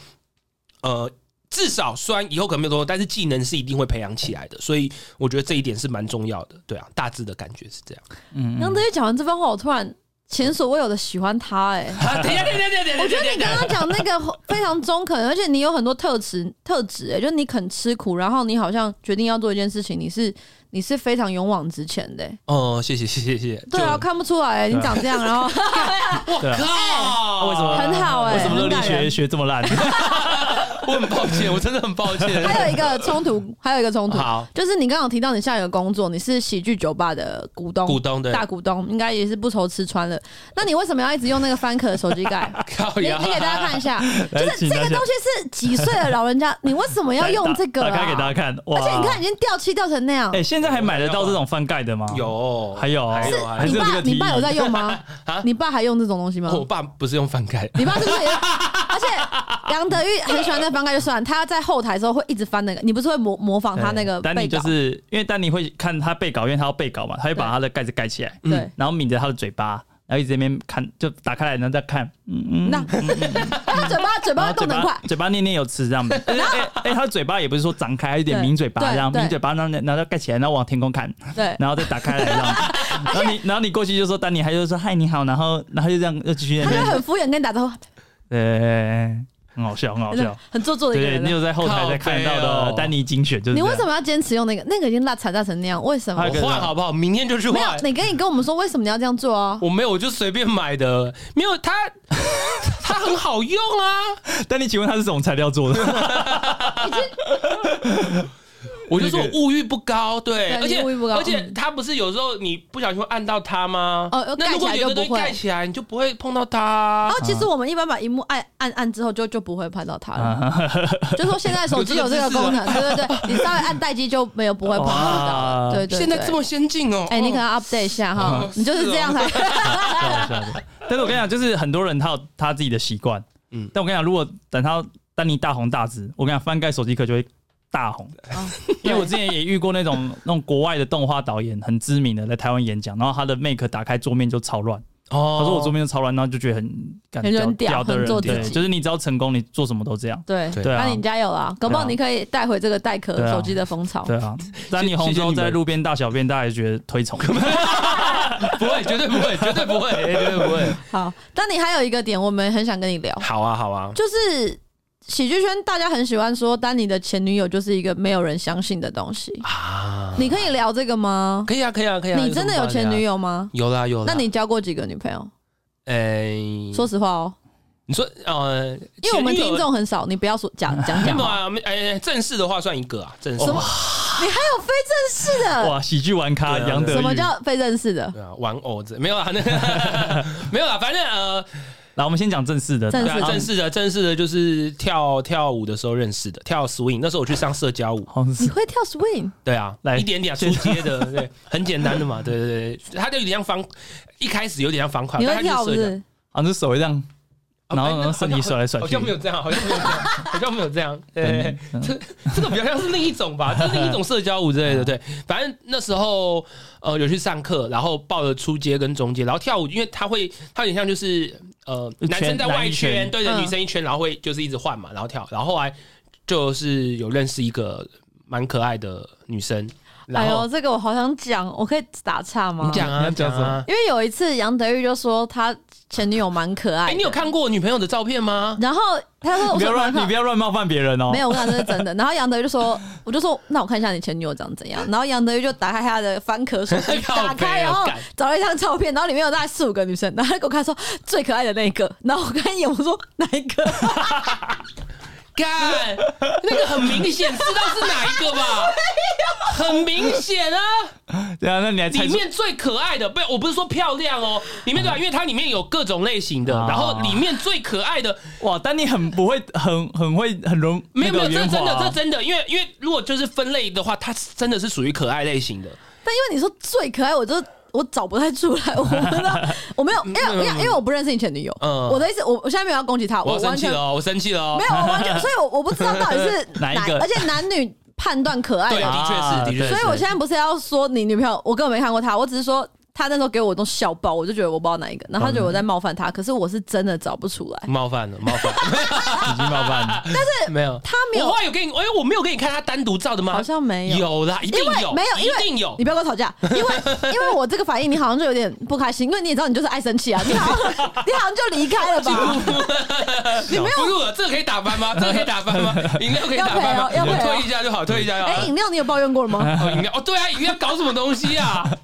Speaker 3: 呃，至少虽然以后可能没有多多，但是技能是一定会培养起来的，所以我觉得这一点是蛮重要的。对啊，大致的感觉是 这样。
Speaker 1: 嗯，
Speaker 2: 杨
Speaker 1: 嗯
Speaker 2: 德一讲完这番话，我突然前所未有的喜欢他哎、
Speaker 3: 啊，等一下，等一下，等一下，等
Speaker 2: 我
Speaker 3: 一下
Speaker 2: 觉得
Speaker 3: 等一
Speaker 2: 你
Speaker 3: 下
Speaker 2: 刚。刚讲那个非常中肯，而且你有很多特质特质、欸，就是你肯吃苦，然后你好像决定要做一件事情，你是你是非常勇往直前的欸、
Speaker 3: 哦，谢谢，谢谢，谢谢。
Speaker 2: 对啊，看不出来欸、
Speaker 1: 对啊
Speaker 2: 你长这样， 然后
Speaker 3: 我
Speaker 1: 对啊
Speaker 3: 靠，
Speaker 1: 为什么
Speaker 2: 很好哎、
Speaker 1: 为什么热
Speaker 2: 很
Speaker 1: 力
Speaker 2: 感
Speaker 1: 学
Speaker 2: 人。
Speaker 1: 学这么烂？
Speaker 3: 我很抱歉，我真的很抱歉。
Speaker 2: 还有一个冲突，还有一个冲突，
Speaker 3: 好，
Speaker 2: 就是你刚刚有提到你下一个工作，你是喜剧酒吧的股东，
Speaker 3: 股东的
Speaker 2: 大股东，应该也是不愁吃穿了。那你为什么要一直用那个翻壳的手机盖？
Speaker 3: 靠
Speaker 2: 你
Speaker 3: 呀，
Speaker 2: 你给大家看一下，
Speaker 1: 来
Speaker 2: 就是
Speaker 1: 请
Speaker 2: 这
Speaker 1: 大
Speaker 2: 个
Speaker 1: 家
Speaker 2: 东西是几岁的老人家，你为什么要用这个、啊？
Speaker 1: 打打开给 大家看，哇！
Speaker 2: 而且你看，已经掉漆掉成那样
Speaker 1: 哎、，现在还买得到这种翻盖的吗？，
Speaker 3: 有，
Speaker 1: 还有哦
Speaker 3: 还有，
Speaker 1: 是
Speaker 3: 还
Speaker 1: 还
Speaker 2: 你
Speaker 3: 有。
Speaker 1: 有这
Speaker 2: 爸
Speaker 1: 个啊提议
Speaker 2: 你爸有在用吗？ 你爸还用这种东西吗？
Speaker 3: 我爸不是用翻盖，
Speaker 2: 你爸是 不是也？而且杨德玉很喜欢那翻盖就算，他在后台的时候会一直翻那个，你不是会模模仿他那个
Speaker 1: 丹尼
Speaker 2: 背
Speaker 1: 就
Speaker 2: 稿？
Speaker 1: 是因哎为丹尼会看他背稿，因为他要背稿嘛，他会把
Speaker 2: 对
Speaker 1: 他的盖子盖起来，
Speaker 3: 嗯
Speaker 2: 对，
Speaker 1: 然后抿着他的嘴巴，然后一直在那边看，就打开来，然后再看，嗯嗯，
Speaker 2: 那他嘴巴嘴
Speaker 1: 然
Speaker 2: 巴
Speaker 1: 后
Speaker 2: 会
Speaker 1: 嘴
Speaker 2: 动得很
Speaker 1: 巴
Speaker 2: 快，
Speaker 1: 嘴巴念念有词这样 子，哎哎哎，他的嘴巴也不是说张开，还有一点
Speaker 2: 对
Speaker 1: 抿嘴巴
Speaker 2: 对
Speaker 1: 这样，
Speaker 2: 对
Speaker 1: 抿嘴巴，然后然后再盖起来，然后往天空看，
Speaker 2: 对。
Speaker 1: 然后再打开来这 样子，然后你然后你过去就说丹尼，他就说嗨你好，然后然后就这样又继续在
Speaker 2: 他
Speaker 1: 那
Speaker 2: 就
Speaker 1: 边，
Speaker 2: 很敷衍跟你打招呼，
Speaker 1: 对，嗯很好笑，很好
Speaker 2: 真的
Speaker 1: 笑。
Speaker 2: 很做作的一个
Speaker 1: 对，
Speaker 2: 人啊
Speaker 1: 你。有在后台才看到
Speaker 3: 靠
Speaker 1: 的
Speaker 3: 背哦
Speaker 1: 丹尼精选，就是
Speaker 2: 你
Speaker 1: 这
Speaker 2: 为
Speaker 1: 样
Speaker 2: 什么要坚持用那个？那个已经烂惨烂成那样，为什么
Speaker 1: 还
Speaker 3: 我？
Speaker 1: 有一个
Speaker 3: 换好不好？明天就去
Speaker 2: 没有
Speaker 1: 啊
Speaker 3: 换，。
Speaker 2: 你跟你跟我们说为什么你要这样做啊？
Speaker 3: 我没有，我就随便买的，没有它，它很好用啊！
Speaker 1: 丹尼，请问他是什么材料做的？
Speaker 3: 我就说我物欲不高，对，
Speaker 2: 对
Speaker 3: 而且
Speaker 2: 你物欲不高
Speaker 3: 而且
Speaker 2: 嗯
Speaker 3: 它不是有时候你不小心会按到它吗？
Speaker 2: 哦要
Speaker 3: 那如果
Speaker 2: 盖起来
Speaker 3: 有的
Speaker 2: 就
Speaker 3: 东
Speaker 2: 不
Speaker 3: 西
Speaker 2: 会哦
Speaker 3: 盖起来，你就不会碰到它
Speaker 2: 然
Speaker 3: 啊。
Speaker 2: 后其实我们一般把荧幕按按按之后就就不会拍到它了，
Speaker 1: 啊
Speaker 2: 就说现在手机有这个功 能，对对对，你稍微按待机就没有不会碰到
Speaker 1: 哇
Speaker 2: 了，对对。
Speaker 3: 现在
Speaker 1: 啊
Speaker 2: 对
Speaker 3: 这么先进哦，
Speaker 2: 哎，你可
Speaker 3: 哦
Speaker 2: 能要 update 一下哈
Speaker 3: 哦，
Speaker 2: 你就是这样 才。
Speaker 1: 笑了笑了但是我跟你讲，就是很多人他有他自己的习惯，
Speaker 3: 嗯
Speaker 1: 嗯，但我跟你讲，如果等他丹尼大红大紫，我跟你讲，翻盖手机壳就会大 红。
Speaker 2: 啊
Speaker 1: 因为我之前也遇过那种那种国外的动画导演，很知名的，在台湾演讲，然后他的 make 打开桌面就超乱，
Speaker 3: 哦
Speaker 1: 他说我桌面就超乱，然后就觉得很感
Speaker 2: 很
Speaker 1: 屌
Speaker 2: 屌
Speaker 1: 屌的
Speaker 2: 很
Speaker 1: 人，
Speaker 2: 做自
Speaker 1: 对，
Speaker 2: 己
Speaker 1: 就是你只要成功，你做什么都这样，
Speaker 2: 对
Speaker 3: 对
Speaker 1: 对啊
Speaker 2: 那你加油啦，搞不好
Speaker 1: 对啊
Speaker 2: 你可以带回这个带壳
Speaker 1: 对啊
Speaker 2: 手机的风潮。
Speaker 1: 对 啊。但你红之后
Speaker 3: 谢谢你们
Speaker 1: 在路边大小便，大家也觉得推 崇，
Speaker 3: 不会，绝对不会，绝对不会， 绝对不会。
Speaker 2: 好，但你还有一个点，我们很想跟你聊，
Speaker 3: 好啊，好啊，
Speaker 2: 就是喜剧圈大家很喜欢说丹尼的前女友就是一个没有人相信的东西，
Speaker 3: 啊，
Speaker 2: 你可以聊这个吗？
Speaker 3: 可以啊，可以啊，可以啊。
Speaker 2: 你真的有前女
Speaker 3: 友？
Speaker 2: 友吗？
Speaker 3: 有啦，有啦。
Speaker 2: 那你交过几个女朋友？
Speaker 3: 哎，
Speaker 2: 说实话哦，
Speaker 3: 你说呃，
Speaker 2: 因为我们
Speaker 3: 前女友
Speaker 2: 听众很少，你不要说讲讲
Speaker 3: 没
Speaker 2: 讲
Speaker 3: 有
Speaker 2: 话。
Speaker 3: 啊，没哎，正式的话算一个啊，正式
Speaker 2: 什。么？你还有非正式的？
Speaker 1: 哇，喜剧玩咖
Speaker 3: 呃对啊
Speaker 1: 杨德
Speaker 2: 什么
Speaker 1: 玉。
Speaker 2: 叫非正式的？
Speaker 3: 对啊，玩偶这没有啦，那 个没有啦，反正呃，
Speaker 1: 来，我们先讲正式的，
Speaker 2: 正
Speaker 3: 对
Speaker 2: 式
Speaker 3: 啊，
Speaker 2: 的
Speaker 3: 正式的，正式的就是跳跳舞的时候认识的，跳 swing，那时候我去上社交舞，
Speaker 1: 好像
Speaker 2: 你
Speaker 1: 哦是
Speaker 2: 会跳 swing？
Speaker 3: 对啊，
Speaker 1: 来
Speaker 3: 一点点啊出街的，对，很简单的嘛，对对对，它就有点像方，一开始有点像方块，
Speaker 2: 你
Speaker 3: 但
Speaker 2: 会
Speaker 3: 它
Speaker 2: 跳
Speaker 3: 就是
Speaker 2: 不
Speaker 3: 是社交
Speaker 2: 是？
Speaker 1: 好像是手会这样，
Speaker 3: 哦
Speaker 1: 然后
Speaker 3: 哎那
Speaker 1: 然后身体
Speaker 3: 好像
Speaker 1: 甩来甩去
Speaker 3: 好像没有这样，好像没有这样，好像没有这样。对
Speaker 1: 对，嗯
Speaker 3: 这这个比较像是另一种吧，这是另一种社交舞之 类
Speaker 1: 嗯
Speaker 3: 的。对，反正那时候呃有去上课，然后报了初阶跟中阶，然后跳舞，因为它会它有点像就是呃
Speaker 1: 一圈
Speaker 3: 男生在
Speaker 1: 男
Speaker 3: 外
Speaker 1: 一圈
Speaker 3: 圈，对着
Speaker 2: 嗯
Speaker 3: 女生一圈，然后会就是一直换嘛，然后跳，然后后来就是有认识一个蛮可爱的女生，
Speaker 2: 哎
Speaker 3: 然
Speaker 2: 呦，
Speaker 3: 后
Speaker 2: 这个我好想讲，我可以打岔吗？
Speaker 3: 你讲
Speaker 1: 你
Speaker 3: 啊
Speaker 1: 要讲
Speaker 3: 讲啊，
Speaker 2: 因为有一次杨德玉就说他前女友蛮可爱
Speaker 3: 哎，
Speaker 2: 的，
Speaker 3: 你有看过我女朋友的照片吗？
Speaker 2: 然后他说
Speaker 1: 你
Speaker 2: 我
Speaker 1: 不
Speaker 2: 说
Speaker 1: 要乱，
Speaker 2: 蛮可
Speaker 1: 你不要乱冒犯别人哦
Speaker 2: 没。有，我想这是真的。然后杨德玉就说， 我就说那我看一下你前女友长怎 样。然后杨德玉就打开他的翻壳手机，
Speaker 3: 靠
Speaker 2: 打
Speaker 3: 北
Speaker 2: 开
Speaker 3: 哦
Speaker 2: 然后
Speaker 3: 干
Speaker 2: 找了一张照片，然后里面有大概四五个女生，然后他给我看说最可爱的那一个， 然后我看一眼我说哪一个？
Speaker 3: 干，那个很明显，知道是哪一个 吧？很明显啊，
Speaker 1: 对啊，那你还猜
Speaker 3: 里
Speaker 1: 出
Speaker 3: 面最可爱的，不，我不是说漂亮哦，里
Speaker 2: 嗯
Speaker 3: 面对吧？因为它里面有各种类型的，
Speaker 1: 哦
Speaker 2: 啊
Speaker 3: 然后里面最可爱的，
Speaker 1: 哇？丹尼很不会，很很会，很容那
Speaker 3: 没有没
Speaker 1: 个啊
Speaker 3: 有，这
Speaker 1: 圆
Speaker 3: 真的，
Speaker 1: 滑
Speaker 2: 啊
Speaker 3: 这。真的，因为因为如果就是分类的话，它真的是属于可爱类型的。
Speaker 2: 但因为你说最可爱，我就我找不太出来， 我不知道，我没有，因为因为因为我不认识你前女友，
Speaker 3: 嗯
Speaker 2: 我的意思，我我现在没有要攻击他，我
Speaker 3: 我要生
Speaker 2: 完
Speaker 3: 气
Speaker 2: 全
Speaker 3: 了哦，我生气了哦
Speaker 2: 没。有，我完全，所以我我不知道到底 是
Speaker 1: 哪一个
Speaker 2: 而且男女判断可爱
Speaker 3: 对，
Speaker 2: 的
Speaker 3: 的确
Speaker 1: 啊
Speaker 3: 是，的确
Speaker 1: 对
Speaker 3: 是。
Speaker 2: 哎所以我现在不是要说你女朋友，我根本没看过她，我只是说她那时候给我都笑爆，我就觉得我不知道哪一个，然后她觉得我在冒犯她，可是我是真的找不出来。
Speaker 3: 冒犯了，冒 犯，
Speaker 1: 已经冒犯了，
Speaker 3: 没有。
Speaker 2: 她没
Speaker 3: 我
Speaker 2: 有
Speaker 3: 后，来有给你，哎，我没有给你看他单独照的吗？
Speaker 2: 好像没有
Speaker 3: 嗯有啦，一定
Speaker 2: 因为
Speaker 3: 有，
Speaker 2: 没有因为
Speaker 3: 一定有
Speaker 2: 你。不要跟我吵架，因为因为我这个反应，你好像就有点不开心，因为你也知道你就是爱生气啊，你好像你好像就离开了吧？
Speaker 3: 你没有不录了，这个可以打翻 吗？这个可以打翻吗？饮料可以打翻吗？
Speaker 2: 要赔哦要赔
Speaker 3: 我
Speaker 2: 哦
Speaker 3: 推一下就好，推一下就
Speaker 2: 哎，
Speaker 3: 好。
Speaker 2: 饮料你有抱怨过了吗？
Speaker 3: 哦，饮料哦，对啊，饮料搞什么东西啊？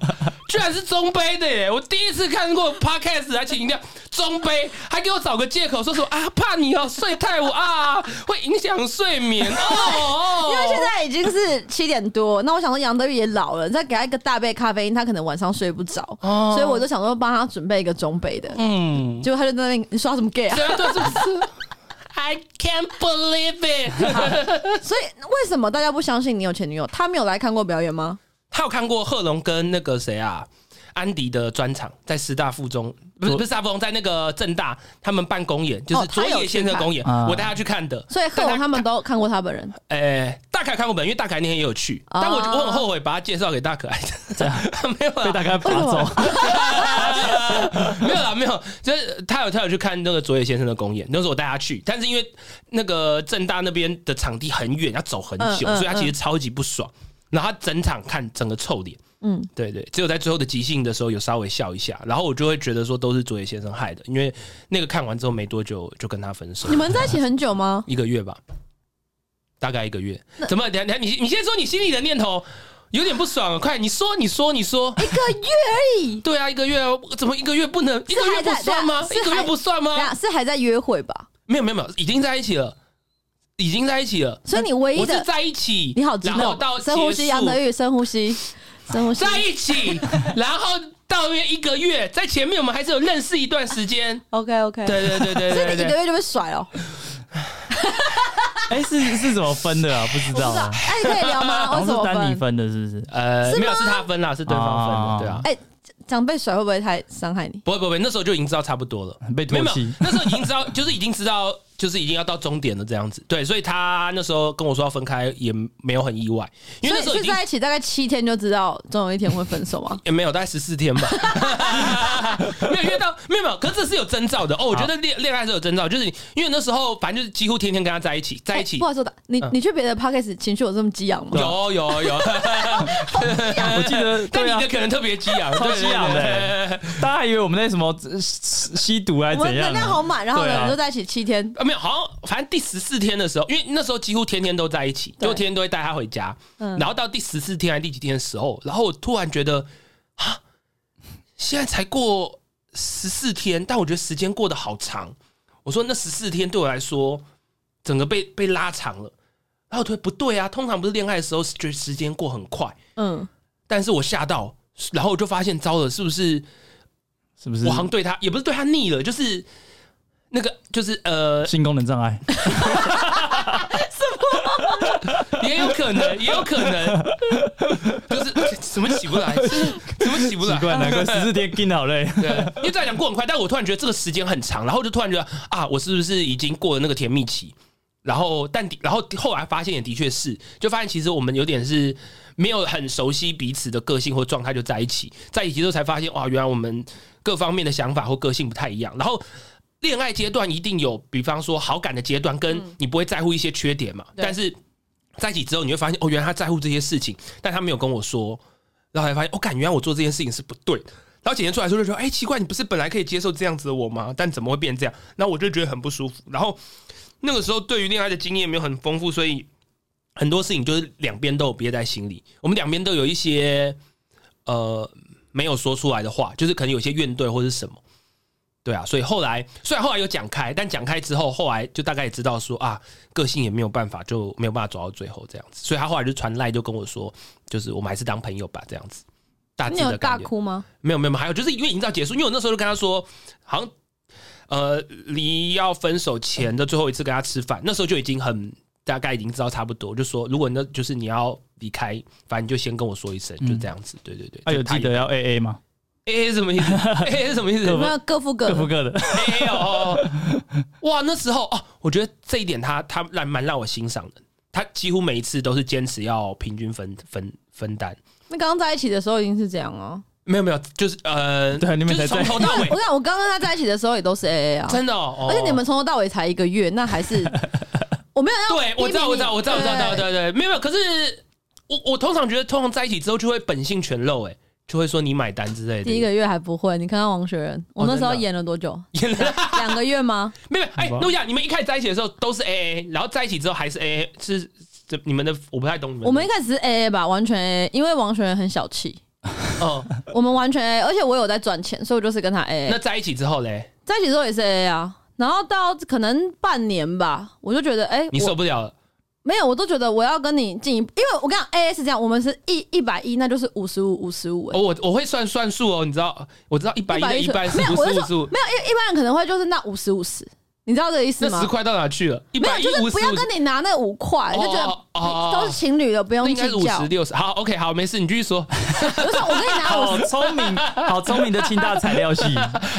Speaker 3: 居然是中杯的耶！我第一次看过 podcast 还请饮料中杯，还给我找个借口说什么啊，怕你哦睡太晚啊，会影响睡 眠哦。
Speaker 2: 因为现在已经是七点多，那我想说杨德玉也老了，再给他一个大杯咖啡因，他可能晚上睡不着，所以我就想说帮他准备一个中杯的，
Speaker 3: 嗯，
Speaker 2: 结果他就在那边你刷什么 gay 啊？
Speaker 3: 对啊，对，是不是？I can't believe it！
Speaker 2: 所以为什么大家不相信你有前女友？他没有来看过表演吗？
Speaker 3: 他有看过贺龙跟那个谁啊，安迪的专场，在师大附中，不是
Speaker 1: 左
Speaker 3: 不是师大附中，在那个正大他们办公演，就是
Speaker 2: 哦他
Speaker 3: 佐
Speaker 2: 有
Speaker 3: 野先生
Speaker 2: 去看
Speaker 3: 公演，
Speaker 1: 啊
Speaker 3: 我带他去看的。
Speaker 2: 所以贺
Speaker 3: 但
Speaker 2: 龙他们，都看过他本 人，
Speaker 3: 哎、大凯看过本，因为大凯那天也有去，
Speaker 2: 哦
Speaker 3: 但我我很后悔把他介绍给大可爱的，
Speaker 1: 这样
Speaker 3: 没有
Speaker 1: 被
Speaker 3: 啦
Speaker 1: 大概拔
Speaker 2: 为
Speaker 1: 走
Speaker 2: 什。
Speaker 3: 没有啦，没有，就是他有他有去看那个佐野先生的公演，那时候我带他去，但是因为那个正大那边的场地很远，要走很久，
Speaker 2: 嗯嗯
Speaker 3: 所以他其实超级不爽，然后他整场看整个臭脸。
Speaker 2: 嗯，
Speaker 3: 对对，只有在最后的即兴的时候有稍微笑一下，然后我就会觉得说都是佐野先生害的，因为那个看完之后没多久就跟他分手
Speaker 2: 你，们在一起很久吗？
Speaker 3: 一个月吧，大概一个月。怎么？等一下等一下你你先说你心里的念头，有点不爽，快你说你说你说。
Speaker 2: 一个月而 已，
Speaker 3: 对啊，一个月哦怎么一个月不能一个月
Speaker 2: 还
Speaker 3: 不
Speaker 2: 在
Speaker 3: 算吗？
Speaker 2: 对啊是
Speaker 3: 一个月
Speaker 2: 还
Speaker 3: 不算
Speaker 2: 等一
Speaker 3: 吗？
Speaker 2: 下是还在约会吧？
Speaker 3: 没有没有没有，已经在一起了，已经在一起了。
Speaker 2: 所以你唯一
Speaker 3: 我是
Speaker 2: 的，
Speaker 3: 在一起，
Speaker 2: 你好激
Speaker 3: 然后
Speaker 2: 动
Speaker 3: 到，
Speaker 2: 深呼吸，
Speaker 3: 结束
Speaker 2: 杨德玉，深呼 吸，深呼吸。
Speaker 3: 在一起， 然后到约一个月，在前面我们还是有认识一段时 间。
Speaker 2: OK OK，
Speaker 3: 对对对对
Speaker 2: 所以
Speaker 3: 对
Speaker 2: 你一个
Speaker 3: 对，
Speaker 2: 月就被甩哦了，
Speaker 1: 哎，是是怎么分的啊？不知
Speaker 2: 不知
Speaker 1: 道
Speaker 2: 道？
Speaker 1: 啊。
Speaker 2: 哎，可以聊 吗？
Speaker 1: 好
Speaker 2: 为什
Speaker 1: 像是
Speaker 2: 么
Speaker 1: 丹尼分
Speaker 2: 分？
Speaker 1: 的，是不是？
Speaker 3: 呃，没有是他分啦，是对方分的，
Speaker 1: 啊
Speaker 3: 对啊。
Speaker 2: 哎，这样被甩会不会太伤害你？
Speaker 3: 不会不会，不会那时候就已经知道差不多了，
Speaker 1: 被
Speaker 3: 没有
Speaker 1: 唾
Speaker 3: 没有
Speaker 1: 弃，
Speaker 3: 那时候已经知道，就是已经知道就是已经要到终点了这样子。对，所以他那时候跟我说要分开，也没有很意外，因为
Speaker 2: 所
Speaker 3: 那
Speaker 2: 以
Speaker 3: 时候
Speaker 2: 是
Speaker 3: 已经
Speaker 2: 在一起大概七天就知道，总有一天会分手吗？
Speaker 3: 也没有，大概十 四天吧。没有，因为到没有没有，可是这是有征兆的哦。我觉得恋恋爱是有征兆，就是你因为那时候反正就是几乎天天跟他在一起， 在一起
Speaker 1: 哎
Speaker 2: 哎
Speaker 3: 嗯
Speaker 2: 不。好说的，你你去别的 podcast 情绪有这么激昂吗？
Speaker 3: 有有 有，
Speaker 1: 我记得对
Speaker 3: 但你
Speaker 1: 啊
Speaker 3: 的，可能特别激昂，
Speaker 1: 超
Speaker 3: 对
Speaker 1: 激昂的欸。
Speaker 3: 对对对对
Speaker 1: 大家以为我们那什么呃吸吸毒还是
Speaker 2: 我
Speaker 1: 怎
Speaker 2: 们能
Speaker 1: 样
Speaker 2: 量
Speaker 1: 啊？
Speaker 2: 好满，然后
Speaker 1: 对
Speaker 2: 呢，
Speaker 1: 啊
Speaker 2: 我们就在一起七天，
Speaker 3: 啊，没有，好像反正第十四天的时候，因为那时候几乎天天都在一起，
Speaker 2: 对
Speaker 3: 就天天都会带他回家。
Speaker 2: 嗯
Speaker 3: 然后到第十四天还是第几天的时候，然后我突然觉得啊，现在才过十四天，但我觉得时间过得好长。我说那十四天对我来说，整个被被拉长了。然后我突然不对啊，通常不是恋爱的时候觉得时间过很快，
Speaker 2: 嗯，
Speaker 3: 但是我吓到，然后我就发现糟了，是不是
Speaker 1: 是不是
Speaker 3: 我好像对他也不是对他腻了，就是那个就是呃，
Speaker 1: 性功能障碍？
Speaker 3: 也有可能，也有可能， 就是 怎么起不来，怎么起不
Speaker 1: 奇
Speaker 3: 来？
Speaker 1: 怪， 难怪十四天进好累。
Speaker 3: 对，因为再讲过很快，但我突然觉得这个时间很长，然后就突然觉得啊，我是不是已经过了那个甜蜜期？然后，但的然后后来发现也的确是，就发现其实我们有点是没有很熟悉彼此的个性或状态就在一起，在一起之后才发现哇，原来我们各方面的想法或个性不太一样。然后恋爱阶段一定有，比方说好感的阶段，跟你不会在乎一些缺点嘛，
Speaker 2: 对
Speaker 3: 但是在一起之后你会发现哦，原来他在乎这些事情，但他没有跟我说，然后才发现哦，感原来我做这件事情是不对的。然后检验出来之后就说：“哎、奇怪，你不是本来可以接受这样子的我吗？但怎么会变这样？”然后我就觉得很不舒服。然后那个时候对于恋爱的经验没有很丰富，所以很多事情就是两边都有憋在心里。我们两边都有一些呃没有说出来的话，就是可能有些怨怼或是什么。对啊，所以后来虽然后来有讲开，但讲开之后，后来就大概也知道说啊，个性也没有办法，就没有办法走到最后这样子。所以他后来就传赖就跟我说，就是我们还是当朋友吧，这样子。大致
Speaker 2: 你
Speaker 3: 的
Speaker 2: 有大
Speaker 3: 感觉
Speaker 2: 哭吗？
Speaker 3: 没有没有，没有还有就是因为已经到结束，因为我那时候就跟他说，好像呃离要分手前的最后一次跟他吃饭，那时候就已经很大概已经知道差不多，就说如果那就是你要离开，反正你就先跟我说一声，就这样子。对对对，
Speaker 1: 啊，有记得要 A A 吗？
Speaker 3: A A 什么意 思？A A 是什么意思
Speaker 2: 有没有各付各
Speaker 1: 各
Speaker 2: 的？
Speaker 1: 付各的，
Speaker 3: ？A A 哦，哇，那时候哦，我觉得这一点他他让蛮让我欣赏的，他几乎每一次都是坚持要平均分分分担。
Speaker 2: 那刚刚在一起的时候已经是这样哦。
Speaker 3: 没有没有，就是呃，
Speaker 1: 对你们
Speaker 3: 就是
Speaker 1: 才
Speaker 3: 从
Speaker 1: 在
Speaker 3: 头到尾
Speaker 2: 我，跟你讲，我刚跟他在一起的时候也都是 A A 啊，
Speaker 3: 真的哦，哦
Speaker 2: 而且你们从头到尾才一个月，那还 是我没有要
Speaker 3: 对，我知道，我知道，我知道，我知道，
Speaker 2: 对
Speaker 3: 对对对，没有，没有。可是我我通常觉得，通常在一起之后就会本性全露，哎，就会说你买单之类的。
Speaker 2: 第一个月还不会。你看看王学仁，
Speaker 3: 哦
Speaker 2: 我那时候演了多 久？
Speaker 3: 演了，
Speaker 2: 两个月吗？
Speaker 3: 没有，哎
Speaker 1: 好吧，
Speaker 3: 诺亚，你们一开始在一起的时候都是 A A，然后在一起之后还是 A A，是这你们的，我不太懂你们的。
Speaker 2: 我们一开始是 A A 吧，完全 A，因为王学仁很小气，
Speaker 3: 哦，
Speaker 2: 我们完全 A，而且我有在赚钱，所以我就是跟他 A A
Speaker 3: 那。在一起之后嘞，
Speaker 2: 在一起之后也是 A A 啊，然后到可能半年吧，我就觉得哎、
Speaker 3: 你
Speaker 2: 我
Speaker 3: 受不了了，
Speaker 2: 没有，我都觉得我要跟你进一步，因为我跟你讲 A A 是这样，我们是一一百一，那就是五十五五十五，欸
Speaker 3: 哦，我我会算算数哦，你知道，我知道一百一
Speaker 2: 110
Speaker 3: 一百四
Speaker 2: 没有
Speaker 3: 五
Speaker 2: 我
Speaker 3: 十
Speaker 2: 是
Speaker 3: 五
Speaker 2: 说
Speaker 3: 十五，
Speaker 2: 没有一一般人可能会就是那五十五十，你知道这个意思
Speaker 3: 那
Speaker 2: 吗
Speaker 3: 十？块到哪去了？一
Speaker 2: 没
Speaker 3: 百
Speaker 2: 有，
Speaker 3: 一
Speaker 2: 就是
Speaker 3: 五十
Speaker 2: 不要
Speaker 3: 五
Speaker 2: 跟。你拿那五块，就觉
Speaker 3: 哦
Speaker 2: 得哎
Speaker 3: 哦
Speaker 2: 都是情侣的，不用
Speaker 3: 那
Speaker 2: 计
Speaker 3: 应该是五
Speaker 2: 较。
Speaker 3: 十六十，好，OK，好，没事，你继续说，
Speaker 2: 就是啊我跟你拿五
Speaker 3: 哦
Speaker 1: 好聪明，好聪明的清大材料系。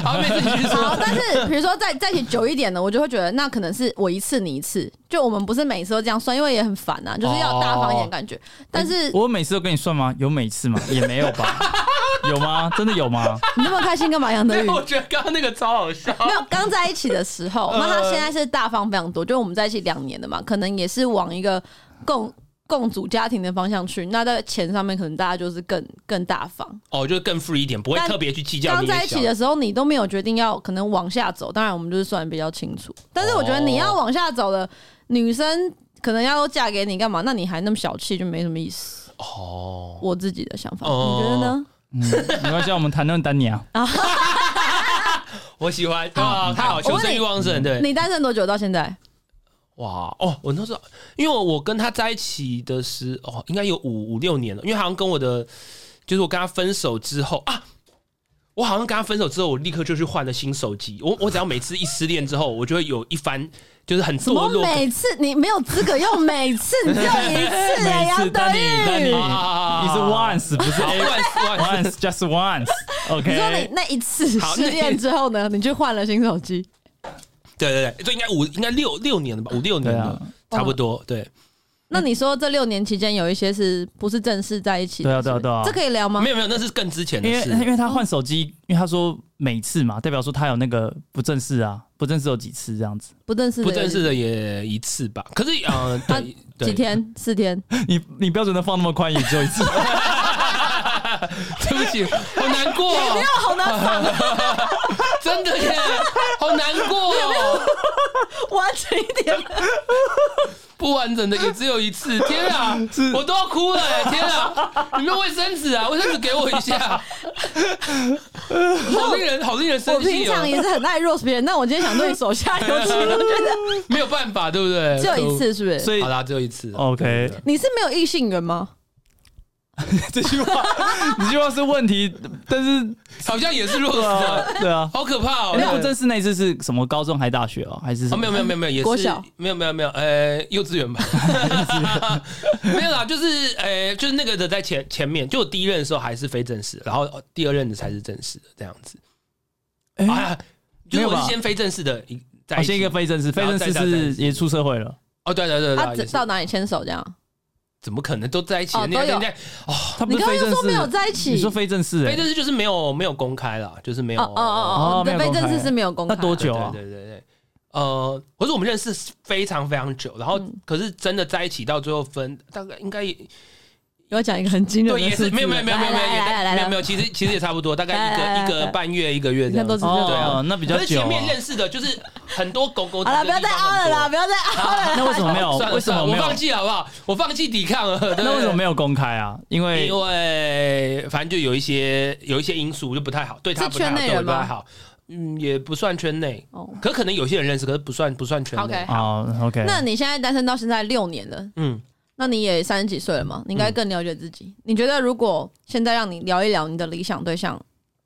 Speaker 3: 好，没事，你继续
Speaker 2: 好，
Speaker 3: 说，
Speaker 2: 但是比如说在在一起久一点的，我就会觉得那可能是我一次你一次，就我们不是每次都这样算，因为也很烦啊，就是要大方一点感
Speaker 3: 哦
Speaker 2: 觉。但是
Speaker 1: 我每次都跟你算吗？有每次 吗？也没有吧？有吗？真的有吗？
Speaker 2: 你那么开心干嘛？杨德
Speaker 3: 对，
Speaker 2: 宇
Speaker 3: 我觉得刚刚那个超好笑，
Speaker 2: 没有刚在一起的时候，那他现在是大方非常多，就我们在一起两年的嘛，可能也是往一个共共组家庭的方向去。那在钱上面，可能大家就是更更大方。
Speaker 3: 哦，就是更 free 一点，不会
Speaker 2: 但
Speaker 3: 特别去计较
Speaker 2: 刚
Speaker 3: 你的
Speaker 2: 在一
Speaker 3: 小
Speaker 2: 起的时候，你都没有决定要可能往下走，当然我们就是算比较清楚。但是我觉得你要往下走的女生，可能要都嫁给你干嘛？那你还那么小气，就没什么意思。
Speaker 3: 哦，
Speaker 2: 我自己的想法，
Speaker 3: 哦
Speaker 2: 你觉得呢？
Speaker 1: 嗯，没关系，我们谈论丹尼啊。
Speaker 3: 我喜欢啊，太好，
Speaker 2: 我
Speaker 3: 求
Speaker 2: 问
Speaker 3: 生
Speaker 2: 你
Speaker 3: 欲旺盛，对，
Speaker 2: 嗯你单身多久到现在？
Speaker 3: 哇，哦，我那时候因为我跟他在一起的时哦，应该有五五六年了，因为好像跟我的就是我跟他分手之后啊。我好像跟他分手之后，我立刻就去换了新手机。我我只要每次一失恋之后，我就会有一番就是很
Speaker 2: 怎
Speaker 3: 堕
Speaker 2: 么
Speaker 3: 落感。
Speaker 2: 每次你没有资格用每次，你只有一次哎、
Speaker 1: 每
Speaker 2: 杨
Speaker 1: 次
Speaker 2: 德
Speaker 1: 丹尼，丹尼，
Speaker 2: 宇。
Speaker 1: 你是 once 不是
Speaker 3: 好
Speaker 1: a
Speaker 3: 万万
Speaker 1: once just once。
Speaker 2: 你说你
Speaker 1: OK，
Speaker 2: 那一次
Speaker 3: 好
Speaker 2: 失
Speaker 3: 那
Speaker 2: 恋之后呢？你去换了新手机，
Speaker 3: 对对对，这应该五应该六六年了吧，五六年
Speaker 1: 对
Speaker 3: 了，
Speaker 1: 啊，
Speaker 3: 差不多。对，
Speaker 2: 那你说这六年期间有一些是不是正式在一起的？
Speaker 1: 对啊对啊
Speaker 2: 是不是
Speaker 1: 对啊
Speaker 2: 这可以聊吗
Speaker 3: 没？有没有，那是更之前的
Speaker 1: 因为因
Speaker 3: 事。
Speaker 1: 为他换手机，因为他说每次嘛，代表说他有那个不正式啊，不正式有几次这样子。
Speaker 2: 不正式的，
Speaker 3: 不正式的也一次吧，可是呃，对
Speaker 2: 啊几
Speaker 3: 对，
Speaker 2: 天？四天？
Speaker 1: 你你标准的放那么宽也只有一次，
Speaker 3: 对不起，好难过哦，
Speaker 2: 好难仿，
Speaker 3: 真的耶，好难过哦，
Speaker 2: 完整一点。
Speaker 3: 不完整的也只有一次，天啊，我都要哭了耶，天啊，你们卫生纸啊，卫生纸给我一 下，好令人好令人
Speaker 2: 我
Speaker 3: 生
Speaker 2: 平
Speaker 3: 气
Speaker 2: 常
Speaker 3: 哦，
Speaker 2: 也是很爱 rose 别人，但我今天想对你手下留情，我觉得
Speaker 3: 没有办法，对不对？
Speaker 2: 只有一次，是不 是？
Speaker 1: 所以
Speaker 3: 好啦，只有一次
Speaker 1: OK
Speaker 2: 你是没有异性缘吗？
Speaker 1: 这句话你这句话是问题，但是
Speaker 3: 好像也是弱
Speaker 1: 对
Speaker 3: 势，
Speaker 1: 啊对啊。
Speaker 3: 好可怕哦，
Speaker 1: 哎那不正式那一次是什么？高中还大学哦，还是什
Speaker 3: 哦，
Speaker 1: 么
Speaker 3: 没有没有没有没有，也是
Speaker 2: 国小
Speaker 3: 没有没有没有，呃，幼稚 园吧，没有啦，就是呃，就是那个的在前前面，就我第一任的时候还是非正式，然后呃第二任的才是正式的这样子。
Speaker 1: 哎
Speaker 3: 啊，就是
Speaker 1: 没有
Speaker 3: 我
Speaker 1: 吧
Speaker 3: 是先非正式的一在
Speaker 1: 哦
Speaker 3: 一起
Speaker 1: 先一个非正式，非
Speaker 3: 然后
Speaker 1: 正
Speaker 3: 再
Speaker 1: 式
Speaker 3: 再再一
Speaker 1: 是
Speaker 3: 次
Speaker 1: 也出社会了。
Speaker 3: 哦，对对对
Speaker 2: 他
Speaker 3: 对
Speaker 2: 只
Speaker 3: 也是，
Speaker 2: 到哪里牵啊手这样？
Speaker 3: 怎么可能都在一起
Speaker 2: 哦？
Speaker 3: 那
Speaker 2: 都有
Speaker 3: 那那
Speaker 1: 他不
Speaker 2: 你
Speaker 1: 是
Speaker 2: 刚
Speaker 1: 非
Speaker 2: 刚又
Speaker 1: 正
Speaker 2: 说
Speaker 1: 式，
Speaker 2: 没有在一起，
Speaker 1: 你说非正式、
Speaker 3: 非
Speaker 1: 欸，
Speaker 3: 正式就是没有没有公开啦，就是没有
Speaker 2: 哦哦哦哦，
Speaker 1: 哦
Speaker 2: 你的
Speaker 1: 没
Speaker 2: 非
Speaker 1: 有公
Speaker 2: 正
Speaker 1: 开
Speaker 2: 式是没有公开
Speaker 1: 那多久啊
Speaker 3: 对？对对对对，呃，可是我们认识非常非常久，然后
Speaker 2: 嗯
Speaker 3: 可是真的在一起到最后分，大概应该也
Speaker 2: 有讲一个很惊人
Speaker 3: 对，
Speaker 2: 的
Speaker 3: 也
Speaker 2: 数
Speaker 3: 是
Speaker 2: 字，
Speaker 3: 没有没有没有没有没有
Speaker 2: 来来来来
Speaker 3: 没有
Speaker 2: 来，
Speaker 3: 没有，其实其实也差不多，大概
Speaker 2: 来来来
Speaker 3: 一个一个半月一个月这
Speaker 2: 你看
Speaker 3: 样
Speaker 2: 都
Speaker 3: 子
Speaker 2: 知。道
Speaker 3: 对啊
Speaker 1: 哦，那比较
Speaker 3: 可是
Speaker 1: 久、
Speaker 3: 前
Speaker 1: 啊。
Speaker 3: 面认识的就是很多狗狗。
Speaker 2: 好了，不要再凹了啦，。不要再凹了。
Speaker 1: 那为什么没有？
Speaker 3: 算了
Speaker 1: 为什
Speaker 3: 算
Speaker 1: 么
Speaker 3: 了，我
Speaker 1: 没有
Speaker 3: 放？弃好不好？我放弃抵抗了。对
Speaker 1: 那为什么没有公开啊？因为
Speaker 3: 因为反正就有一些有一些因素就不太好，对他
Speaker 2: 是
Speaker 3: 不太
Speaker 2: 圈
Speaker 3: 好，
Speaker 2: 内
Speaker 3: 对我
Speaker 2: 人
Speaker 3: 不太
Speaker 2: 吗
Speaker 3: 好。嗯，也不算圈内，
Speaker 2: 哦
Speaker 3: 可可能有些人认识，可是不算不算圈内
Speaker 2: OK。
Speaker 1: 哦，OK，
Speaker 2: 那你现在单身到现在六年了，
Speaker 3: 嗯，
Speaker 2: 那你也三十几岁了嘛？你应该更了解自己。你觉得如果现在让你聊一聊你的理想对象，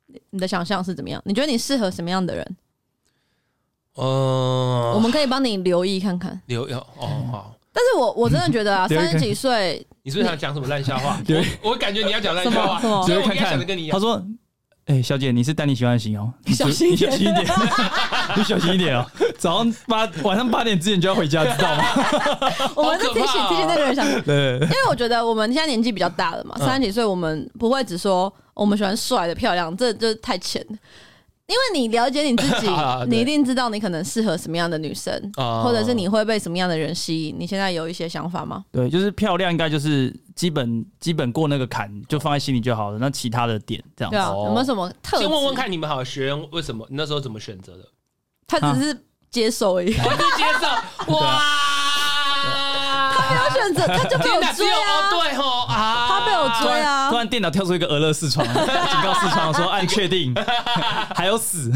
Speaker 2: 你你的想象是怎么样？你觉得你适合什么样的人？我
Speaker 3: 呃，
Speaker 2: 们可以帮你留意看看。
Speaker 3: 留有哦好，
Speaker 2: 但是我我真的觉得 啊，
Speaker 1: 留意
Speaker 2: 三
Speaker 1: 看
Speaker 2: 十几岁，
Speaker 3: 你是不是想讲什么烂笑话？
Speaker 1: 有
Speaker 3: 我我感觉你要讲烂
Speaker 2: 什
Speaker 3: 笑
Speaker 2: 么
Speaker 3: 话
Speaker 2: 什，么
Speaker 3: 所以
Speaker 1: 有
Speaker 3: 我
Speaker 1: 看
Speaker 3: 应该想
Speaker 1: 看
Speaker 3: 的跟你一，样
Speaker 1: 他。说：“哎，小姐，你是带你喜欢的型哦，你
Speaker 2: 小心一
Speaker 1: 你
Speaker 2: 点
Speaker 1: 小心一 点，你小心一点哦。早上八晚上八点之前就要回家，知 道吗？
Speaker 2: 我们是
Speaker 3: 好可
Speaker 2: 提
Speaker 3: 怕
Speaker 2: 醒
Speaker 3: 哦
Speaker 2: 提醒那个人想，
Speaker 1: 对，
Speaker 2: 因为我觉得我们现在年纪比较大了嘛，
Speaker 3: 嗯
Speaker 2: 三十几岁，我们不会只说哦我们喜欢帅的、漂亮，这这太浅了。因为你了解你自己
Speaker 3: 啊， 对
Speaker 2: 你一定知道你可能适合什么样的女生，
Speaker 3: 啊
Speaker 2: 或者是你会被什么样的人吸引。你现在有一些想法吗？
Speaker 1: 对，就是漂亮，应该就是基本基本过那个坎，就放在心里就好了。那其他的点这样
Speaker 2: 对
Speaker 1: 子，
Speaker 2: 啊，有没有什么特质？
Speaker 3: 先问问，看你们好学员为什么你那时候怎么选择的？
Speaker 2: 他只是接受而已，
Speaker 3: 我是接 受哇，
Speaker 2: 他选啊择他就被我
Speaker 3: 天哪，只
Speaker 2: 追
Speaker 3: 有哦
Speaker 2: 啊，
Speaker 3: 对哦啊，
Speaker 2: 他被我
Speaker 1: 突
Speaker 2: 追
Speaker 1: 然
Speaker 2: 啊
Speaker 1: 突，然电脑跳出一个俄勒视窗， 警告视窗说按确定， 还有死。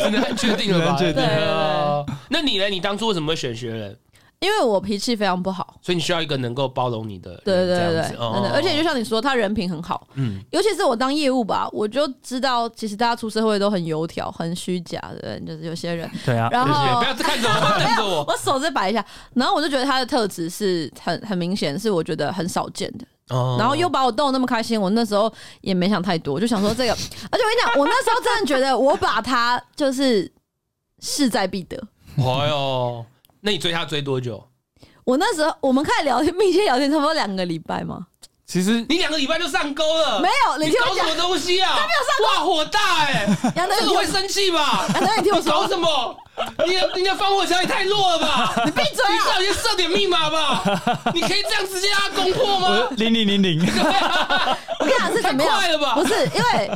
Speaker 3: 只能确定了吧？
Speaker 1: 只能确定
Speaker 2: 对对对
Speaker 3: 哦那你呢？你当初为什么会选学人？
Speaker 2: 因为我脾气非常不好。
Speaker 3: 所以你需要一个能够包容你的人，
Speaker 2: 对对
Speaker 3: 这
Speaker 2: 对
Speaker 3: 样
Speaker 2: 对，
Speaker 3: 子哦
Speaker 2: 真的，而且就像你说，他人品很好，
Speaker 3: 嗯
Speaker 2: 尤其是我当业务吧，我就知道，其实大家出社会都很油条、很虚假的人，就是有些人。
Speaker 1: 对啊，
Speaker 2: 然
Speaker 3: 对不起
Speaker 2: 后
Speaker 3: 哎
Speaker 2: 哎
Speaker 3: 不要看着我，瞪着我，
Speaker 2: 我手再摆一下，然后我就觉得他的特质是很很明显，是我觉得很少见的。
Speaker 3: 哦
Speaker 2: 然后又把我逗得那么开心，我那时候也没想太多，我就想说这个。 而且我跟你讲，我那时候真的觉得我把他就是势在必得。
Speaker 3: 哎呦，那你追他追多久？
Speaker 2: 我那时候我们开始聊天，密切聊天差不多两个礼拜嘛，
Speaker 1: 其实
Speaker 3: 你两个礼拜就上钩了，
Speaker 2: 没有。你听
Speaker 3: 搞
Speaker 2: 我
Speaker 3: 什
Speaker 2: 讲，
Speaker 3: 么东西啊？他没有上钩，哇，火 大哎，
Speaker 2: 杨德宇你
Speaker 3: 这 个
Speaker 2: 听我
Speaker 3: 会，生气吧？
Speaker 2: 杨德宇你听我
Speaker 3: 你搞
Speaker 2: 说，
Speaker 3: 什么？你的你的防火墙也太弱了吧！ 你
Speaker 2: 闭嘴啊！
Speaker 3: 至少先设点密码吧！你可以这样直接让他攻破吗
Speaker 1: 我？呃零零零 零，
Speaker 2: 我跟你讲是怎么样？
Speaker 3: 太快了吧
Speaker 2: 不是，因为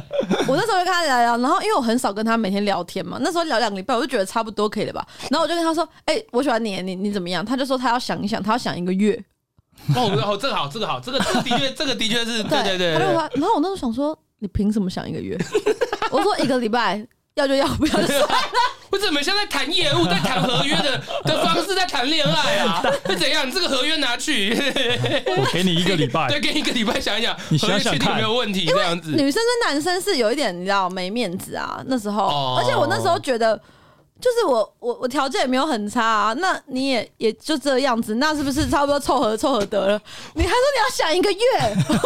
Speaker 2: 我那时候就跟他聊聊，然后因为我很少跟他每天聊天嘛，那时候聊两个礼拜，我就觉得差不多可以了吧。然后我就跟他说：“哎、我喜欢你，你你怎么样？”他就说他要想一想，他要想一个月。
Speaker 3: 哦哦，这个好，这个好，这个这个 的确，这个的 确是对对对
Speaker 2: 他就
Speaker 3: 对。
Speaker 2: 说，然后我那时候想说，你凭什么想一个月？ 我说一个礼拜要就要，不 要就算了。
Speaker 3: 我怎么像在谈业务、在谈合约 的的方式在谈恋爱啊？那怎样？你这个合约拿去，
Speaker 1: 我给你一个礼拜
Speaker 3: 对，。给你一个礼拜想一想，
Speaker 1: 你
Speaker 3: 合约
Speaker 1: 想想
Speaker 3: 确定
Speaker 1: 看
Speaker 3: 没有问题这样子。
Speaker 2: 女生跟男生是有一点你知道没面子啊，那时候，
Speaker 3: 哦
Speaker 2: 而且我那时候觉得。就是我我我条件也没有很差啊，那你也也就这样子，那是不是差不多凑合凑合得了？你还说你要想一个月，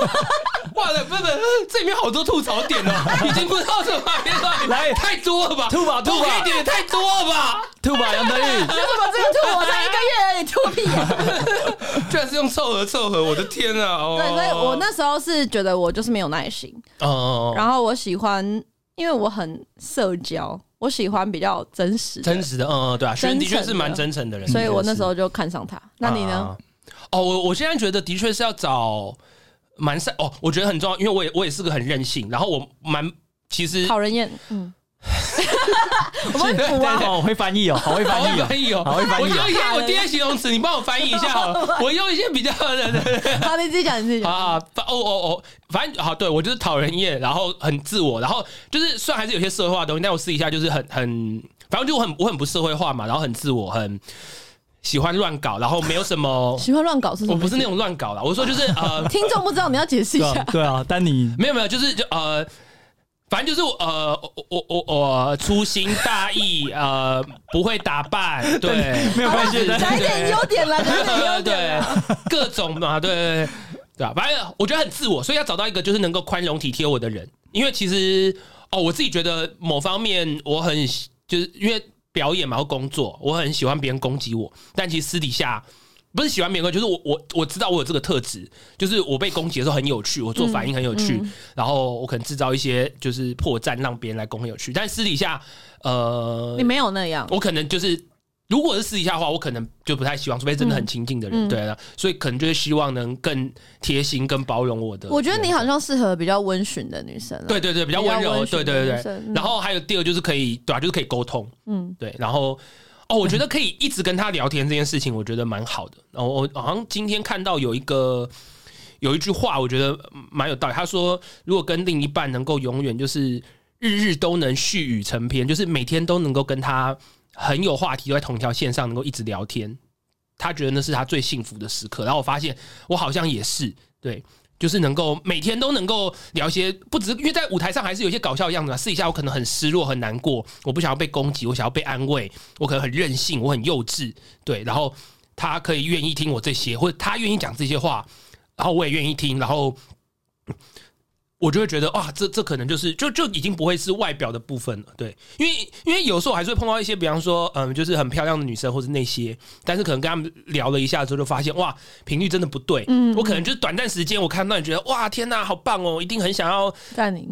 Speaker 3: 哇塞，不是不是，这里面好多吐槽点 哦，已经不知道怎么边了，
Speaker 1: 来
Speaker 3: 太多了吧，
Speaker 1: 吐吧吐吧
Speaker 3: 吐黑点也太多了吧，
Speaker 1: 吐吧，杨德玉，
Speaker 2: 为什么这个吐我才一个月而已，吐屁呀、
Speaker 3: 居然是用凑合凑合，我的天啊！哦、
Speaker 2: 对，所以我那时候是觉得我就是没有耐心，
Speaker 3: 哦哦，哦
Speaker 2: 然后我喜欢，因为我很社交，我喜欢比较真实的
Speaker 3: 真实的，嗯嗯，对啊，轩的
Speaker 2: 真诚
Speaker 3: 确
Speaker 2: 的
Speaker 3: 是蛮真诚的人，
Speaker 2: 所以我那时
Speaker 3: 候，
Speaker 2: 候就看上他。那你呢
Speaker 3: 嗯啊？？哦，我我现在觉得的确是要找蛮善哦，我觉得很重要，因为我也我也是个很任性，然后我蛮其实
Speaker 2: 讨人厌，嗯，我 们补啊，
Speaker 1: 哦，我会翻译哦，好会翻
Speaker 3: 好
Speaker 1: 译
Speaker 3: 会
Speaker 1: 哦，
Speaker 3: 翻译哦，
Speaker 1: 好会翻译
Speaker 3: 我
Speaker 1: 哦
Speaker 3: 用一些我第二形容词，你帮我翻译一下好 了，我用一些比较的
Speaker 2: 嗯好，你自己讲，你自己讲。
Speaker 3: 啊，反哦哦哦，反正好，对我就是讨人厌，然后很自我，然后就是虽然还是有些社会化的东西，但我私底下就是很很，反正就我很我很不社会化嘛，然后很自我，很喜欢乱搞，然后没有什 么，
Speaker 2: 喜欢乱搞是什么？，
Speaker 3: 我不是那种乱搞啦，我说就是呃
Speaker 2: 听众不知道，你要解释一
Speaker 1: 对
Speaker 2: 下
Speaker 1: 啊。对啊，丹尼
Speaker 3: 没有没有，就是就呃。反正就是我呃，我我我我粗心大意，呃，不会打扮， 对，
Speaker 1: 没有
Speaker 2: 好啦
Speaker 1: 关系的，
Speaker 2: 讲一点优点 啦，讲一点优
Speaker 3: 对
Speaker 2: 点啦。
Speaker 3: 各种嘛，对对对对啊，反正我觉得很自我，所以要找到一个就是能够宽容体贴我的人，因为其实哦，我自己觉得某方面我很喜就是因为表演嘛或工作，我很喜欢别人攻击我，但其实私底下。不是喜欢别人攻击，就是我我我知道我有这个特质，就是我被攻击的时候很有趣，我做反应很有趣，然后我可能制造一些就是破绽让别人来攻很有趣，但私底下呃
Speaker 2: 你没有那样，
Speaker 3: 我可能就是，如果是私底下的话，我可能就不太希望，除非真的很亲近的人，
Speaker 2: 嗯嗯
Speaker 3: 对啊，所以可能就是希望能更贴心、更包容我的。
Speaker 2: 我觉得你好像适合比较温驯的女生啦。啊
Speaker 3: 对对对，比较温柔，对对对对。
Speaker 2: 对
Speaker 3: 然后还有第二就是可以，对啊，就是可以沟通，
Speaker 2: 嗯，
Speaker 3: 对，然后。哦，我觉得可以一直跟他聊天这件事情，我觉得蛮好的。然后我好像今天看到有一个有一句话，我觉得蛮有道理。他说，如果跟另一半能够永远就是日日都能絮语成篇，就是每天都能够跟他很有话题，都在同一条线上，能够一直聊天，他觉得那是他最幸福的时刻。然后我发现，我好像也是对。就是能够每天都能够聊一些，不止因为在舞台上还是有一些搞笑的样子嘛。私底下我可能很失落、很难过，我不想要被攻击，我想要被安慰，我可能很任性，我很幼稚，对。然后他可以愿意听我这些，或者他愿意讲这些话，然后我也愿意听，然后我就会觉得哇，这这可能就是就就已经不会是外表的部分了，对，因为因为有时候我还是会碰到一些，比方说嗯，就是很漂亮的女生或者那些，但是可能跟他们聊了一下之后，就发现哇，频率真的不对，
Speaker 2: 嗯
Speaker 3: 我可能就是短暂时间我看到你觉得哇天呐，好棒哦，一定很想要，
Speaker 2: 暂宁，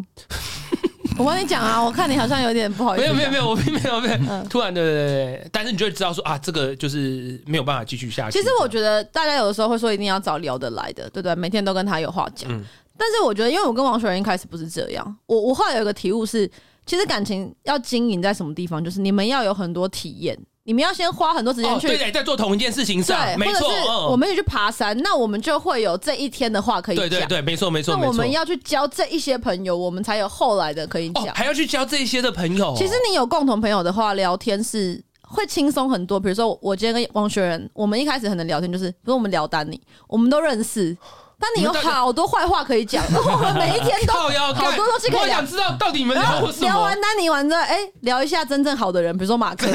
Speaker 2: 我帮你讲啊，我看你好像有点不好意思
Speaker 3: 没
Speaker 2: 讲。
Speaker 3: 有没有没有，我并没有没有
Speaker 2: 嗯，
Speaker 3: 突然对对对对，但是你就会知道说啊，这个就是没有办法继续下去。
Speaker 2: 其实我觉得大家有的时候会说一定要找聊得来的，对不对？每天都跟他有话讲。
Speaker 3: 嗯
Speaker 2: 但是我觉得，因为我跟王雪人一开始不是这样，我我后来有一个体悟是，其实感情要经营在什么地方，就是你们要有很多体验，你们要先花很多时间
Speaker 3: 哦，
Speaker 2: 去、
Speaker 3: 对对，在做同一件事情上，
Speaker 2: 对，
Speaker 3: 没
Speaker 2: 或者
Speaker 3: 错，
Speaker 2: 是
Speaker 3: 嗯
Speaker 2: 我们一起去爬山，那我们就会有这一天的话可以讲。
Speaker 3: 对对对，没错没错
Speaker 2: 那
Speaker 3: 没
Speaker 2: 我
Speaker 3: 错
Speaker 2: 们。要去交这一些朋友，我们才有后来的可以讲
Speaker 3: 哦，。还要去交这些的朋友。
Speaker 2: 其实你有共同朋友的话，聊天是会轻松很多。比如说，我今天跟王学仁，我们一开始可能聊天就是，比如我们聊丹尼，我们都认 识，但你有
Speaker 3: 你们到底
Speaker 2: 好多坏话可以讲， 我们每一天都
Speaker 3: 靠腰干
Speaker 2: 好多啊东西可
Speaker 3: 我
Speaker 2: 以
Speaker 3: 想
Speaker 2: 讲。
Speaker 3: 知道到底你们
Speaker 2: 然
Speaker 3: 聊
Speaker 2: 后
Speaker 3: 过什
Speaker 2: 聊
Speaker 3: 么
Speaker 2: 完？丹尼完之后，哎、聊一下真正好的人，比如说马克。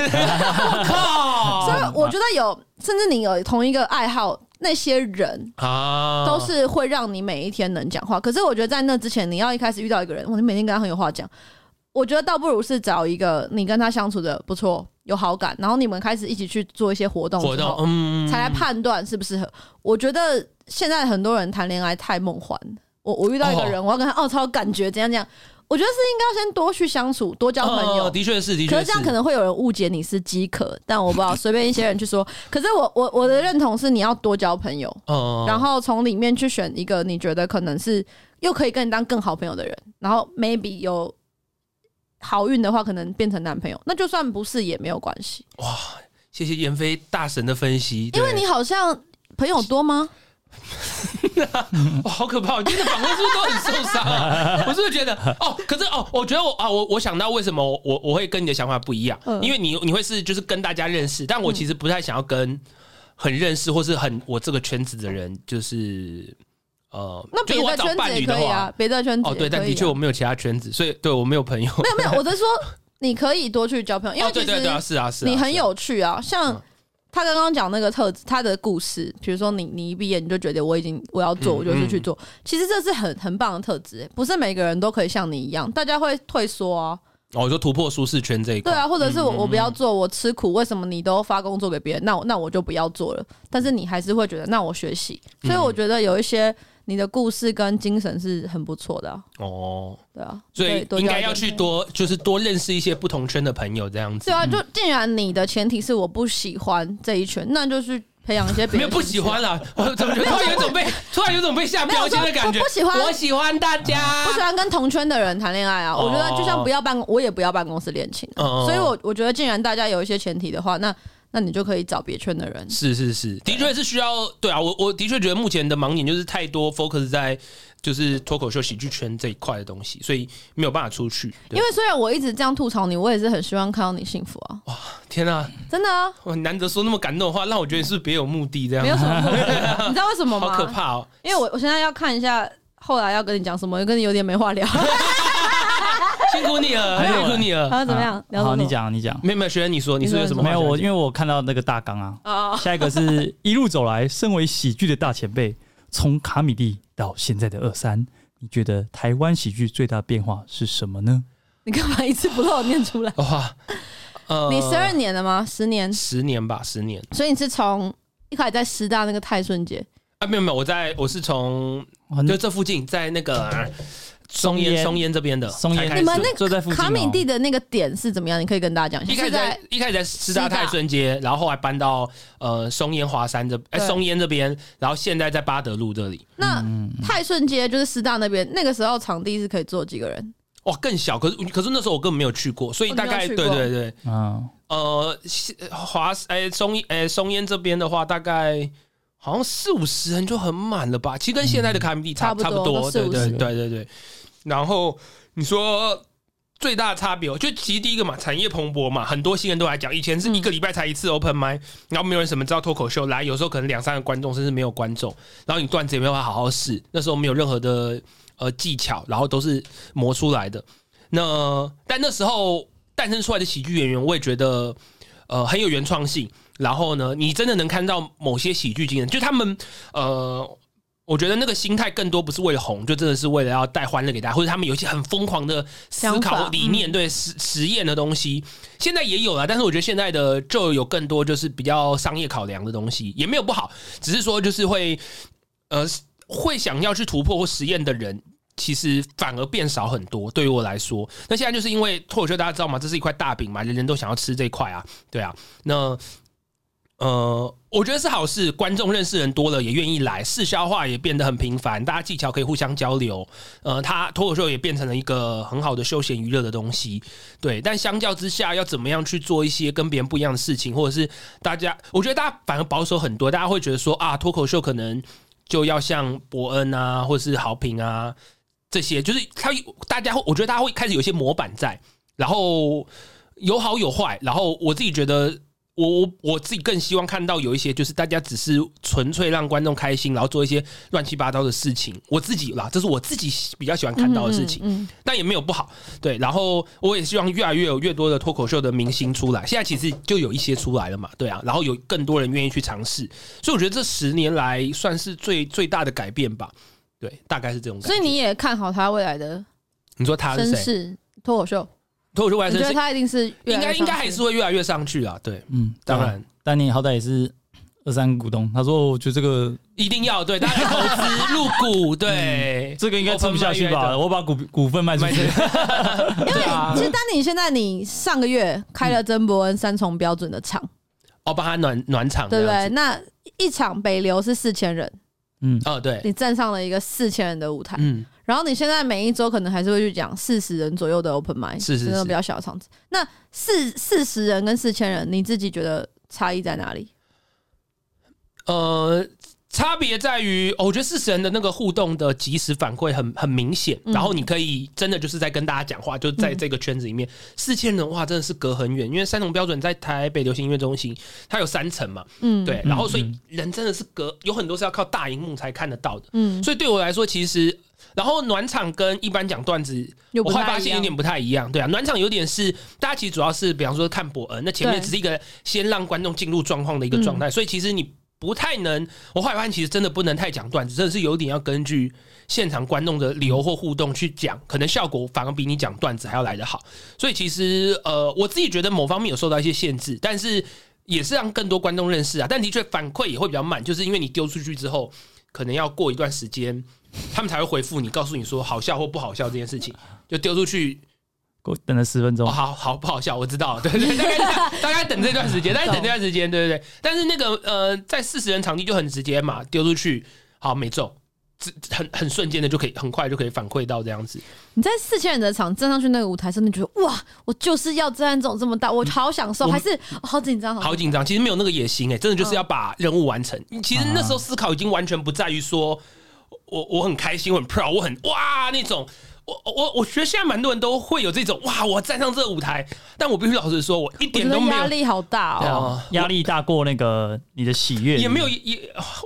Speaker 2: 所以
Speaker 3: 靠
Speaker 2: 我觉得有，甚至你有同一个爱好，那些人
Speaker 3: 啊
Speaker 2: 都是会让你每一天能讲话。可是我觉得在那之前，你要一开始遇到一个人，哇，你每天跟他很有话讲，我觉得倒不如是找一个你跟他相处的不错、有好感，然后你们开始一起去做一些活动之后，
Speaker 3: 活动，嗯，
Speaker 2: 才来判断适不适合。我觉得现在很多人谈恋爱太梦幻了。我我遇到一个人，我要跟他哦，超有感觉怎样怎样，我觉得是应该要先多去相处，多交朋友。
Speaker 3: 哦的确是，的确
Speaker 2: 可是这样可能会有人误解你是饥渴，但我不知道，随便一些人去说。可是我我我的认同是你要多交朋友，
Speaker 3: 哦
Speaker 2: 然后从里面去选一个你觉得可能是又可以跟你当更好朋友的人，然后 maybe 有好运的话，可能变成男朋友，那就算不是也没有关系，
Speaker 3: 谢谢妍飞大神的分析，
Speaker 2: 因为
Speaker 3: 对
Speaker 2: 你好像朋友多吗？
Speaker 3: 哇，哦好可怕！我今天的访问是不是都很受伤啊？我是不是觉得哦？可是哦，我觉得我啊，我我想到为什么我我我会跟你的想法不一样，
Speaker 2: 嗯
Speaker 3: 因为你你会是就是跟大家认识，但我其实不太想要跟很认识或是很我这个圈子的人，就是呃，
Speaker 2: 那
Speaker 3: 就
Speaker 2: 别
Speaker 3: 是我
Speaker 2: 的
Speaker 3: 找
Speaker 2: 圈
Speaker 3: 伴
Speaker 2: 子
Speaker 3: 侣
Speaker 2: 也
Speaker 3: 的
Speaker 2: 可以
Speaker 3: 话，
Speaker 2: 啊，别的圈子
Speaker 3: 哦
Speaker 2: 也
Speaker 3: 对，但
Speaker 2: 可以
Speaker 3: 的确
Speaker 2: 啊
Speaker 3: 我没有其他圈子，所以对我没有朋友。
Speaker 2: 没有没有，我在说你可以多去交朋友，因为
Speaker 3: 哦，
Speaker 2: 其
Speaker 3: 对对对啊，
Speaker 2: 实
Speaker 3: 是啊是啊，
Speaker 2: 你很
Speaker 3: 是啊
Speaker 2: 有趣啊。像
Speaker 3: 嗯
Speaker 2: 他刚刚讲那个特质，他的故事，比如说你你一毕业你就觉得我已经我要做，
Speaker 3: 嗯
Speaker 2: 我就是去做。其实这是很很棒的特质、欸不是每个人都可以像你一样，大家会退缩啊，
Speaker 3: 哦，我就突破舒适圈这一
Speaker 2: 对
Speaker 3: 块，
Speaker 2: 啊，或者是我我不
Speaker 3: 嗯
Speaker 2: 要做，我吃苦，为什么你都发工作给别人？那我那我就不要做了。但是你还是会觉得，那我学习。
Speaker 3: 嗯
Speaker 2: 所以我觉得有一些你的故事跟精神是很不错的啊、
Speaker 3: 哦，
Speaker 2: 对啊，
Speaker 3: 所以
Speaker 2: 多
Speaker 3: 应该
Speaker 2: 交点
Speaker 3: 要去多，就是多认识一些不同圈的朋友，这样子
Speaker 2: 对。啊，就既然你的前提是我不喜欢这一圈，那就去培养一些别
Speaker 3: 没
Speaker 2: 的
Speaker 3: 有不
Speaker 2: 兴趣
Speaker 3: 喜欢啦，我怎么觉得突然有一种被突然有一种被下标签的感
Speaker 2: 没
Speaker 3: 觉？
Speaker 2: 有说我不喜欢
Speaker 3: 我喜欢大家，
Speaker 2: 不喜欢跟同圈的人谈恋爱啊。
Speaker 3: 哦
Speaker 2: 我觉得就像不要办，我也不要办公室恋情啊、
Speaker 3: 嗯嗯嗯
Speaker 2: 所以我我觉得，既然大家有一些前提的话，那那你就可以找别圈的人。
Speaker 3: 是是是，的确是需要对啊，我我的确觉得目前的盲点就是太多 focus 在就是脱口秀喜剧圈这一块的东西，所以没有办法出去。
Speaker 2: 因
Speaker 3: 对啊
Speaker 2: 为虽然我一直这样吐槽你，我也是很希望看到你幸福啊，
Speaker 3: 天啊，
Speaker 2: 真的啊，
Speaker 3: 我难得说那么感动的话，让我觉得你是别有目的这
Speaker 2: 没有
Speaker 3: 样，
Speaker 2: 什么目的，你知道为什么
Speaker 3: 好
Speaker 2: 吗？
Speaker 3: 可怕哦！
Speaker 2: 因为我我现在要看一下后来要跟你讲什么，跟你有点没 话聊，
Speaker 3: 辛苦你了，
Speaker 1: 没有
Speaker 3: 辛苦你
Speaker 2: 然
Speaker 3: 了。
Speaker 2: 后怎么样？聊什
Speaker 1: 好，
Speaker 2: 么
Speaker 1: 你讲，你讲。
Speaker 3: 没有没有，学员你说你说有什么话
Speaker 1: 没有
Speaker 3: 想讲？
Speaker 1: 我，因为我看到那个大纲啊。
Speaker 2: 啊，
Speaker 1: 下一个是一路走来，身为喜剧的大前辈，从卡米蒂到现在的二三，你觉得台湾喜剧最大的变化是什么呢？
Speaker 2: 你干嘛一次不漏念出来？
Speaker 3: 哇， 呃
Speaker 2: 你十二年了吗？十年，
Speaker 3: 十年吧，十年
Speaker 2: 所以你是从一开始在师大那个泰顺街，
Speaker 3: 啊，没有没有，我在我是从
Speaker 1: 哇那
Speaker 3: 就这附近，在那个
Speaker 1: 嗯
Speaker 3: 松
Speaker 1: 松
Speaker 3: 烟
Speaker 1: 烟
Speaker 3: 松烟这边的
Speaker 1: 松烟
Speaker 3: 才开
Speaker 2: 你
Speaker 3: 始
Speaker 2: 们那
Speaker 1: 就在附
Speaker 2: 个
Speaker 1: 近哦
Speaker 2: 卡米蒂的那个点是怎么样？你可以跟大家讲一
Speaker 3: 一
Speaker 2: 下。
Speaker 3: 开
Speaker 2: 是
Speaker 3: 始在
Speaker 2: 在
Speaker 3: 一开始在师大泰顺街，然后后来搬到呃松烟华山这哎
Speaker 2: 对
Speaker 3: 松烟这边，然后现在在八德路这里，
Speaker 2: 那
Speaker 1: 嗯
Speaker 2: 泰顺街就是师大那边，那个时候场地是可以坐几个人？
Speaker 3: 哇更小，可是可是那时候我根本没有去过，所以大概、
Speaker 2: 哦你没
Speaker 3: 对
Speaker 2: 有去过
Speaker 3: 对对，
Speaker 1: 嗯，
Speaker 3: 呃西华哎松哎松烟这边的话，大概好像四五十人就很满了吧，其实跟现在的卡米蒂
Speaker 2: 差
Speaker 3: 差
Speaker 2: 不多
Speaker 3: 不多，
Speaker 2: 都
Speaker 3: 对
Speaker 2: 四五
Speaker 3: 对
Speaker 2: 十
Speaker 3: 对对对，然后你说。最大的差别哦，就其实第一个嘛，产业蓬勃嘛，很多新人都来讲。以前是一个礼拜才一次 open m i 然后没有人什么知道脱口秀来，有时候可能两三个观众，甚至没有观众，然后你段子也没有办法好好试，那时候没有任何的呃技巧，然后都是磨出来的。那但那时候诞生出来的喜剧演员，我也觉得呃很有原创性。然后呢，你真的能看到某些喜剧精人，就他们呃我觉得那个心态更多不是为了红，就真的是为了要带欢乐给大家，或者他们有一些很疯狂的思
Speaker 2: 想
Speaker 3: 考
Speaker 2: 法嗯
Speaker 3: 理念，对实实验的东西，现在也有了，但是我觉得现在的就有更多就是比较商业考量的东西，也没有不好，只是说就是会呃会想要去突破或实验的人。其实反而变少很多，对于我来说，那现在就是因为脱口秀大家知道吗？这是一块大饼嘛，人人都想要吃这块啊，对啊。那呃，我觉得是好事，观众认识人多了，也愿意来，试消化也变得很频繁，大家技巧可以互相交流。呃，它脱口秀也变成了一个很好的休闲娱乐的东西，对。但相较之下，要怎么样去做一些跟别人不一样的事情，或者是大家，我觉得大家反而保守很多，大家会觉得说啊，脱口秀可能就要像伯恩啊，或者是豪平啊这些，就是他大家会，我觉得大家会开始有一些模板在，然后有好有坏，然后我自己觉得我我我自己更希望看到有一些，就是大家只是纯粹让观众开心，然后做一些乱七八糟的事情。我自己啦，这是我自己比较喜欢看到的事情，
Speaker 2: 嗯，嗯
Speaker 3: 但也没有不好。对，然后我也希望越来越有越多的脱口秀的明星出来。现在其实就有一些出来了嘛，对啊，然后有更多人愿意去尝试，所以我觉得这十年来算是最最大的改变吧。对，大概是这种
Speaker 2: 嗯
Speaker 3: 感觉。
Speaker 2: 所以你也看好他未来的
Speaker 3: 你说他是
Speaker 2: 绅
Speaker 3: 谁？
Speaker 2: 士脱口秀，
Speaker 3: 脱口秀外
Speaker 2: 你觉
Speaker 3: 生
Speaker 2: 得
Speaker 3: 是
Speaker 2: 他一定是越
Speaker 3: 应
Speaker 2: 来
Speaker 3: 该
Speaker 2: 越
Speaker 3: 应该
Speaker 2: 上
Speaker 3: 还
Speaker 2: 去
Speaker 3: 是会越来越上去啊。对，
Speaker 1: 嗯，
Speaker 3: 当然。
Speaker 1: 但你好歹也是二三股东，他说哦我觉得这个
Speaker 3: 一定要对，大家投资入 股，对，
Speaker 1: 这个应该撑不下去
Speaker 3: Open mic
Speaker 1: 吧？我把股股份卖出
Speaker 3: 卖
Speaker 1: 去
Speaker 3: 出，去？
Speaker 2: 因为
Speaker 3: 对啊
Speaker 2: 其实丹尼现在你上个月开了曾伯恩三重标准的场，
Speaker 1: 嗯
Speaker 3: 哦，帮他暖暖场，
Speaker 2: 对不对？
Speaker 3: 对？
Speaker 2: 那一场北流是四千人，
Speaker 1: 嗯，
Speaker 3: 哦，对，
Speaker 2: 你站上了一个四千人的舞台，
Speaker 3: 嗯，
Speaker 2: 然后你现在每一周可能还是会去讲四十人左右的 open mic，
Speaker 3: 是是
Speaker 2: 那种
Speaker 3: 是
Speaker 2: 比较小的场子。那四四十人跟四千人，你自己觉得差异在哪里？
Speaker 3: 呃，差别在于，哦我觉得四十人的那个互动的及时反馈很很明显，
Speaker 2: 嗯
Speaker 3: 然后你可以真的就是在跟大家讲话，就在这个圈子里
Speaker 2: 嗯
Speaker 3: 面，四千人哇，真的是隔很远，因为三重标准在台北流行音乐中心，它有三层嘛，
Speaker 2: 嗯，
Speaker 3: 对，
Speaker 1: 嗯
Speaker 3: 然后所以
Speaker 1: 嗯
Speaker 3: 人真的是隔有很多是要靠大荧幕才看得到的。
Speaker 2: 嗯，
Speaker 3: 所以对我来说，其实然后暖场跟一般讲段子，
Speaker 2: 又
Speaker 3: 我
Speaker 2: 不
Speaker 3: 会
Speaker 2: 太
Speaker 3: 发现有
Speaker 2: 一样
Speaker 3: 点不太一样，对啊，暖场有点是大家其实主要是，比方说看伯恩，那前面
Speaker 2: 对
Speaker 3: 只是一个先让观众进入状况的一个状态，所以其实你不太能，我后来发现其实真的不能太讲段子，真的是有点要根据现场观众的流或互动去讲，可能效果反而比你讲段子还要来得好。所以其实呃，我自己觉得某方面有受到一些限制，但是也是让更多观众认识啊，但的确反馈也会比较慢，就是因为你丢出去之后，可能要过一段时间。他们才会回复你，告诉你说好笑或不好笑这件事情，就丢出去
Speaker 1: 给我等了十分钟
Speaker 3: 哦，，好好不好笑，我知道，对对，大概是 这样大概等这段时间，大概等这段时间，对对对。但是那个呃，在四十人场地就很直接嘛，丢出去，好没中，只很很瞬间的就可以，很快就可以反馈到这样子。
Speaker 2: 你在四千人的场站上去那个舞台，真的觉得哇，我就是要站这种这么大，我好享受，
Speaker 3: 嗯我
Speaker 2: 还是哦哦好紧张，
Speaker 3: 好紧张，其实没有那个野心哎、真的就是要把任务完成。其实那时候思考已经完全不在于说我我很开心，我很 proud，我很哇那种。我我我觉得现在蛮多人都会有这种哇，我站上这个舞台，但我必须老实说，我一
Speaker 2: 我觉
Speaker 3: 点
Speaker 2: 得
Speaker 3: 都没
Speaker 2: 压
Speaker 3: 有
Speaker 2: 力好大
Speaker 3: 对
Speaker 2: 哦。
Speaker 3: 啊
Speaker 1: 压力大过那个你的喜悦，
Speaker 3: 也没有也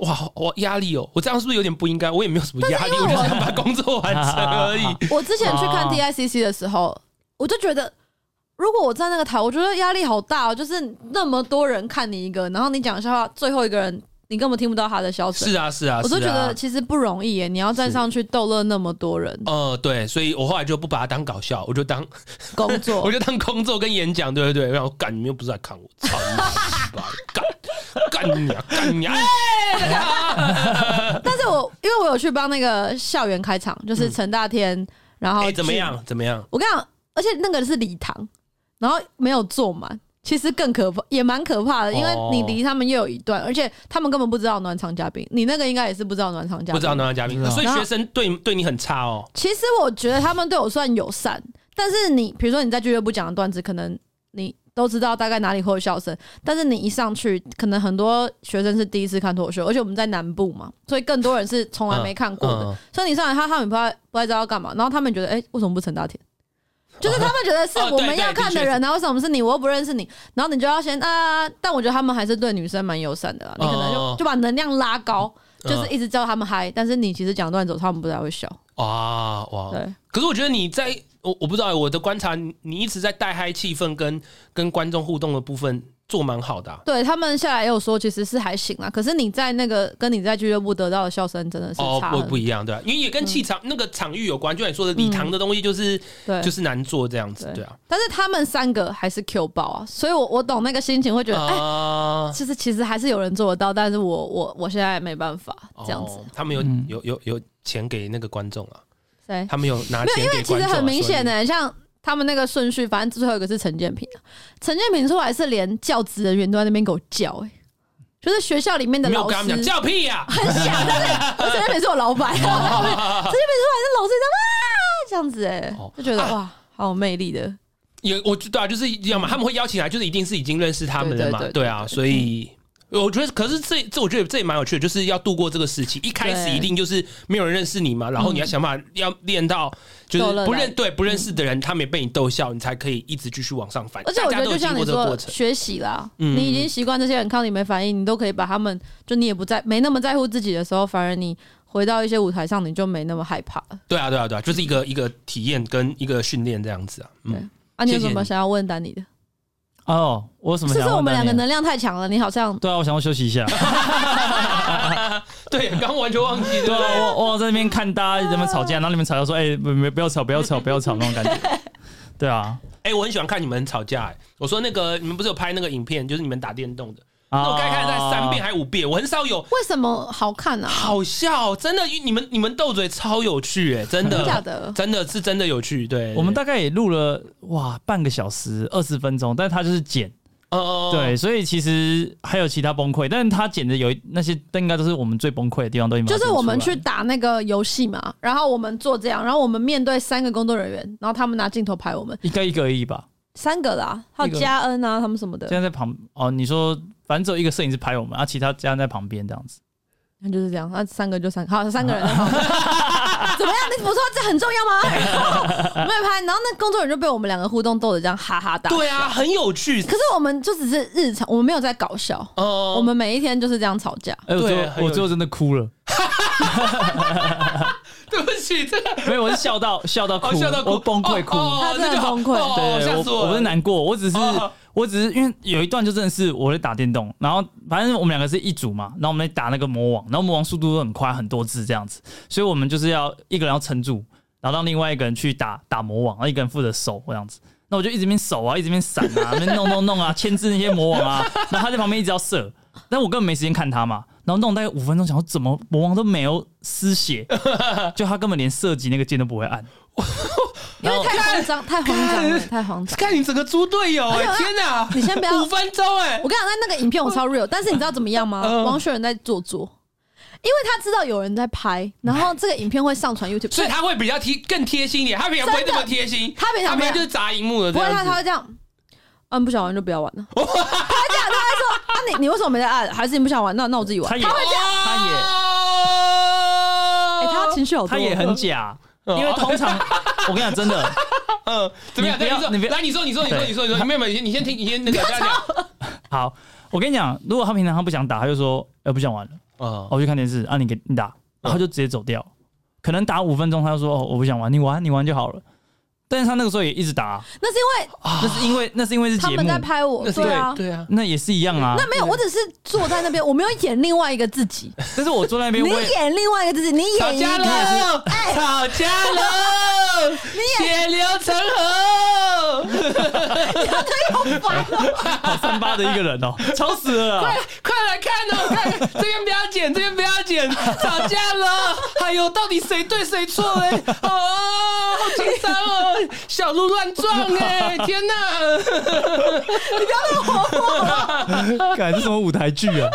Speaker 3: 哇，我压力哦，我这样是不是有点不应该？我也没有什么压力，我就
Speaker 2: 啊
Speaker 3: 想把工作完成而 已。
Speaker 2: 我之前去看
Speaker 1: 哦
Speaker 2: DICC 的时候，我就觉得，如果我站那个台，我觉得压力好大哦，就是那么多人看你一个，然后你讲笑话，最后一个人你根本听不到他的笑声。
Speaker 3: 是啊，是啊，
Speaker 2: 我都
Speaker 3: 是
Speaker 2: 觉
Speaker 3: 啊
Speaker 2: 得其实不容易耶，你要站上去逗乐那么多人，
Speaker 3: 呃，对，所以我后来就不把它当搞笑，我就当
Speaker 2: 工
Speaker 3: 我
Speaker 2: 作
Speaker 3: 就当工作跟演讲，对不对？然后干，你们又不是来看我，操你妈！干干你啊，干你啊！
Speaker 2: 哎
Speaker 3: 哎
Speaker 2: 但是我因为我有去帮那个校园开场，就是陈大天，然后
Speaker 3: 嗯哎，怎么
Speaker 2: 去
Speaker 3: 样？怎么样？
Speaker 2: 我跟你讲，而且那个是礼堂，然后没有坐满，其实更可怕，也蛮可怕的，因为
Speaker 3: 哦
Speaker 2: 你离他们又有一段，而且他们根本不知道暖场嘉宾，你那个应该也是不知道暖场嘉宾，
Speaker 3: 不知道暖场嘉宾，
Speaker 2: 嗯
Speaker 1: 不知道
Speaker 3: 所以学生对对你很差哦。
Speaker 2: 其实我觉得他们对我算友善，但是你比如说你在俱乐部讲的段子，可能你都知道大概哪里会有笑声，但是你一上去，可能很多学生是第一次看脱口秀，而且我们在南部嘛，所以更多人是从来没看过的，
Speaker 3: 嗯嗯嗯嗯
Speaker 2: 所以你上来他他们不太不太知道要干嘛，然后他们觉得哎、为什么不陈大天？就是他们觉得是
Speaker 3: 哦
Speaker 2: 我
Speaker 3: 对
Speaker 2: 们
Speaker 3: 对
Speaker 2: 要看的
Speaker 3: 的确
Speaker 2: 人，啊然后为什么是你？我又不认识你，然后你就要先啊！但我觉得他们还是对女生蛮友善的啦。你可能
Speaker 3: 哦
Speaker 2: 就就把能量拉高，就是
Speaker 3: 嗯
Speaker 2: 一直叫他们嗨，但是你其实讲段子，他们不太会笑。
Speaker 3: 哇啊哇！
Speaker 2: 对，
Speaker 3: 可是我觉得你在我我不知道我的观察，你你一直在带嗨气氛跟跟观众互动的部分做蛮好的啊。
Speaker 2: 对他们下来也有说，其实是还行啦。可是你在那个跟你在俱乐部得到的笑声真的是
Speaker 3: 哦，
Speaker 2: 差
Speaker 3: 不
Speaker 2: 很嗯
Speaker 3: 不一样，对吧、因为也跟气场、那个场域有关，就像你说的，礼堂的东西就是、
Speaker 2: 对，
Speaker 3: 就是难做这样子，
Speaker 2: 嗯对
Speaker 3: 对啊。
Speaker 2: 但是他们三个还是 Q 爆啊，所以我我懂那个心情，会觉得哎、
Speaker 3: 啊、
Speaker 2: 就是其实还是有人做得到，但是我我我现在没办法这样子
Speaker 3: 哦。他们有、
Speaker 1: 嗯
Speaker 3: 有有有钱给那个观众 啊，
Speaker 2: 对，
Speaker 3: 他们有拿
Speaker 2: 没有，
Speaker 3: 钱
Speaker 2: 因
Speaker 3: 给
Speaker 2: 为其
Speaker 3: 观
Speaker 2: 实
Speaker 3: 众、啊。
Speaker 2: 很明显
Speaker 3: 的、
Speaker 2: 的、像他们那个顺序，反正最后一个是陈建平啊，陈建平出来是连教职人员都在那边给我叫、哎，就是学校里面的
Speaker 3: 没有
Speaker 2: 老
Speaker 3: 跟他们讲
Speaker 2: 师。
Speaker 3: 叫屁呀、
Speaker 2: 很想， 但是我陈建平是我老板，陈建平出来是老师这样啊，这样子哎、
Speaker 3: 哦
Speaker 2: 就觉得哇，好有魅力的。
Speaker 3: 也我知道、啊，就是要么、他们会邀请来，就是一定是已经认识他们了嘛，
Speaker 2: 对对对嗯
Speaker 3: 对啊，所以。我觉得，可是这这，我觉得这也蛮有趣的，就是要度过这个时期。一开始
Speaker 2: 对嗯
Speaker 3: 一定就是没有人认识你嘛，然后你要想办法要练到，就
Speaker 2: 逗
Speaker 3: 是
Speaker 2: 乐
Speaker 3: 不
Speaker 2: 来嗯
Speaker 3: 认对不认识的人，他们也被你逗笑，你才可以一直继续往上翻。
Speaker 2: 而且我觉
Speaker 3: 大家
Speaker 2: 得，
Speaker 3: 都有
Speaker 2: 就像
Speaker 3: 经
Speaker 2: 你
Speaker 3: 过这个
Speaker 2: 说
Speaker 3: 过
Speaker 2: 的，
Speaker 3: 程，
Speaker 2: 学习啦，
Speaker 3: 嗯
Speaker 2: 你已经习惯这些人看到你没反应，你都可以把他们，就你也不在没那么在乎自己的时候，反而你回到一些舞台上，你就没那么害怕了。
Speaker 3: 对啊，对啊，对啊，就是一个一个体验跟一个训练这样子啊。嗯
Speaker 2: 对，啊，你有
Speaker 3: 谢谢
Speaker 2: 什么
Speaker 3: 你
Speaker 2: 想要问丹尼的？
Speaker 1: 哦，我有什么
Speaker 2: 是不
Speaker 1: 想
Speaker 2: 是我
Speaker 1: 问
Speaker 2: 们
Speaker 1: 的
Speaker 2: 两个
Speaker 1: 你啊
Speaker 2: 能量太强了？你好像
Speaker 1: 对啊，我想要休息一 下。
Speaker 3: 对，刚刚完全忘记，对
Speaker 1: 对
Speaker 3: 吧？
Speaker 1: 啊，我我在那边看大家在那边 吵架，然后你们吵架说：“哎，不不不要吵，不要吵，不要吵。”那种感觉。对啊，
Speaker 3: 哎、我很喜欢看你们吵架、哎，我说那个你们不是有拍那个影片，就是你们打电动的，那
Speaker 2: 哦
Speaker 1: 那
Speaker 3: 我该看在三遍还五遍，我很少有
Speaker 2: 为什么好看 啊？
Speaker 3: 好笑，真的，你们你们斗嘴超有趣、哎，真
Speaker 2: 真的假
Speaker 3: 的，
Speaker 2: 的？
Speaker 3: 真的是真的有趣，对，
Speaker 1: 我们大概也录了哇半个小时二十分钟，但他就是剪，
Speaker 2: 哦
Speaker 3: 呃
Speaker 1: 对，所以其实还有其他崩溃，但是他剪的有一那些，但应该都是我们最崩溃的地方，都已经把
Speaker 2: 就
Speaker 1: 它
Speaker 2: 是我们
Speaker 1: 剪
Speaker 2: 去
Speaker 1: 出
Speaker 2: 打那个游戏嘛，然后我们做这样，然后我们面对三个工作人员，然后他们拿镜头拍我们，
Speaker 1: 来一个一个而已吧。
Speaker 2: 三个啦，还
Speaker 1: 一
Speaker 2: 有
Speaker 1: 个
Speaker 2: 嘉恩啊，他们什么的
Speaker 1: 现，在在旁哦，你说反正只有一个摄影师拍我们，啊，其他家人在旁边这样子。
Speaker 2: 那就是这样，那三个就三个， 好，三个人。好 怎么样？你我说这很重要吗？ 没有拍，然后那工作人员就被我们两个互动逗得这样哈哈大。
Speaker 3: 对啊，很有趣
Speaker 2: 可，是我们就只是日常，我们没有在搞笑，
Speaker 3: 呃
Speaker 2: 我们每一天就是这样吵架。
Speaker 1: 哎，我
Speaker 3: 对
Speaker 1: 最后
Speaker 3: 很有
Speaker 1: 我最后真的哭了，
Speaker 3: 对不起，这个
Speaker 1: 没有，我是笑到笑到
Speaker 3: 哦
Speaker 1: 哭，
Speaker 3: 笑到哭，
Speaker 1: 我崩溃哭。
Speaker 3: 哦哦
Speaker 2: 他真的
Speaker 3: 那就好
Speaker 2: 崩溃
Speaker 3: 哦
Speaker 1: 对，
Speaker 3: 吓死
Speaker 1: 我
Speaker 3: 了！
Speaker 1: 不是难过，我只是、
Speaker 3: 哦
Speaker 1: 我只是因为有一段就真的是我在打电动，然后反正我们两个是一组嘛，然后我们在打那个魔王，然后魔王速度都很快，很多字这样子，所以我们就是要一个人要撑住，然后让另外一个人去打打魔王，然后一个人负责守这样子。那我就一直边守啊，一直边闪啊，那边弄弄弄啊，牵制那些魔王啊，然后他在旁边一直要射，但我根本没时间看他嘛。然后弄大概五分钟，想说怎么魔王都没有失血，就他根本连射击那个键都不会 按。
Speaker 2: 因为太慌张，太慌张了，
Speaker 3: 干
Speaker 2: 太慌张。
Speaker 3: 看你整个猪队友哎，天哪！
Speaker 2: 你先不 要
Speaker 3: 五分钟哎
Speaker 2: 我，跟你讲，在那个影片我超 real，但是你知道怎么样吗？
Speaker 3: 嗯
Speaker 2: 王雪人在做作，因为他知道有人在拍，然后这个影片会上传 YouTube，
Speaker 3: 所以他会比较贴更贴心一点，他平常不会这么贴心，
Speaker 2: 他平
Speaker 3: 他
Speaker 2: 常
Speaker 3: 平
Speaker 2: 没有
Speaker 3: 常就是砸荧幕的
Speaker 2: 不
Speaker 3: 这
Speaker 2: 会他
Speaker 3: 样
Speaker 2: 他
Speaker 3: 子。
Speaker 2: 会这样，嗯，不想玩就不要玩 了。他会这样，他会说啊你你为什么没在按？还是你不想玩？那那我自己玩
Speaker 1: 他。也他
Speaker 3: 哦
Speaker 1: 也
Speaker 3: 他
Speaker 2: 哎，他情绪好多，
Speaker 1: 他也很假，因为通 常我跟你讲，真的，
Speaker 3: 嗯，怎么样？
Speaker 1: 你不要
Speaker 3: 对
Speaker 1: 你不要
Speaker 3: 来，你说，你说，你说，
Speaker 1: 对
Speaker 3: 你说，你说，妹妹，你先你先听，你先那个这样讲。
Speaker 1: 好，我跟你讲，如果他平常他不想打，他就说，呃，不想玩了，
Speaker 3: 嗯，
Speaker 1: 我去看电视啊，你给你打，然后就直接走掉，可能打五分钟，他就说，哦，我不想玩，你玩你玩就好了。但是他那个时候也一直打，
Speaker 2: 那是因为
Speaker 1: 那是因为那是因为是
Speaker 2: 他
Speaker 1: 节
Speaker 2: 们
Speaker 1: 目
Speaker 2: 在，拍我，
Speaker 3: 那
Speaker 1: 嗯
Speaker 3: 是
Speaker 2: 对啊。
Speaker 3: 对啊，
Speaker 1: 那也是一样啊。
Speaker 2: 那没有，我只是坐在那边，我没有演另外一个自己。
Speaker 1: 但是我坐在那边，
Speaker 2: 你
Speaker 1: 我也
Speaker 2: 演另外一个自己，你
Speaker 3: 吵
Speaker 2: 演一
Speaker 3: 架
Speaker 2: 个，
Speaker 3: 了，
Speaker 1: 哎
Speaker 3: 吵架 了，血流成河，
Speaker 1: 好三八的一个 人哦，吵死了啊。
Speaker 3: 快来看哦，看这边不要剪，这边不要剪，吵架了，哎呦，到底谁对谁错哎？哦，好紧张哦，小鹿乱撞 哎，天哪！
Speaker 1: 感这什么舞台剧啊？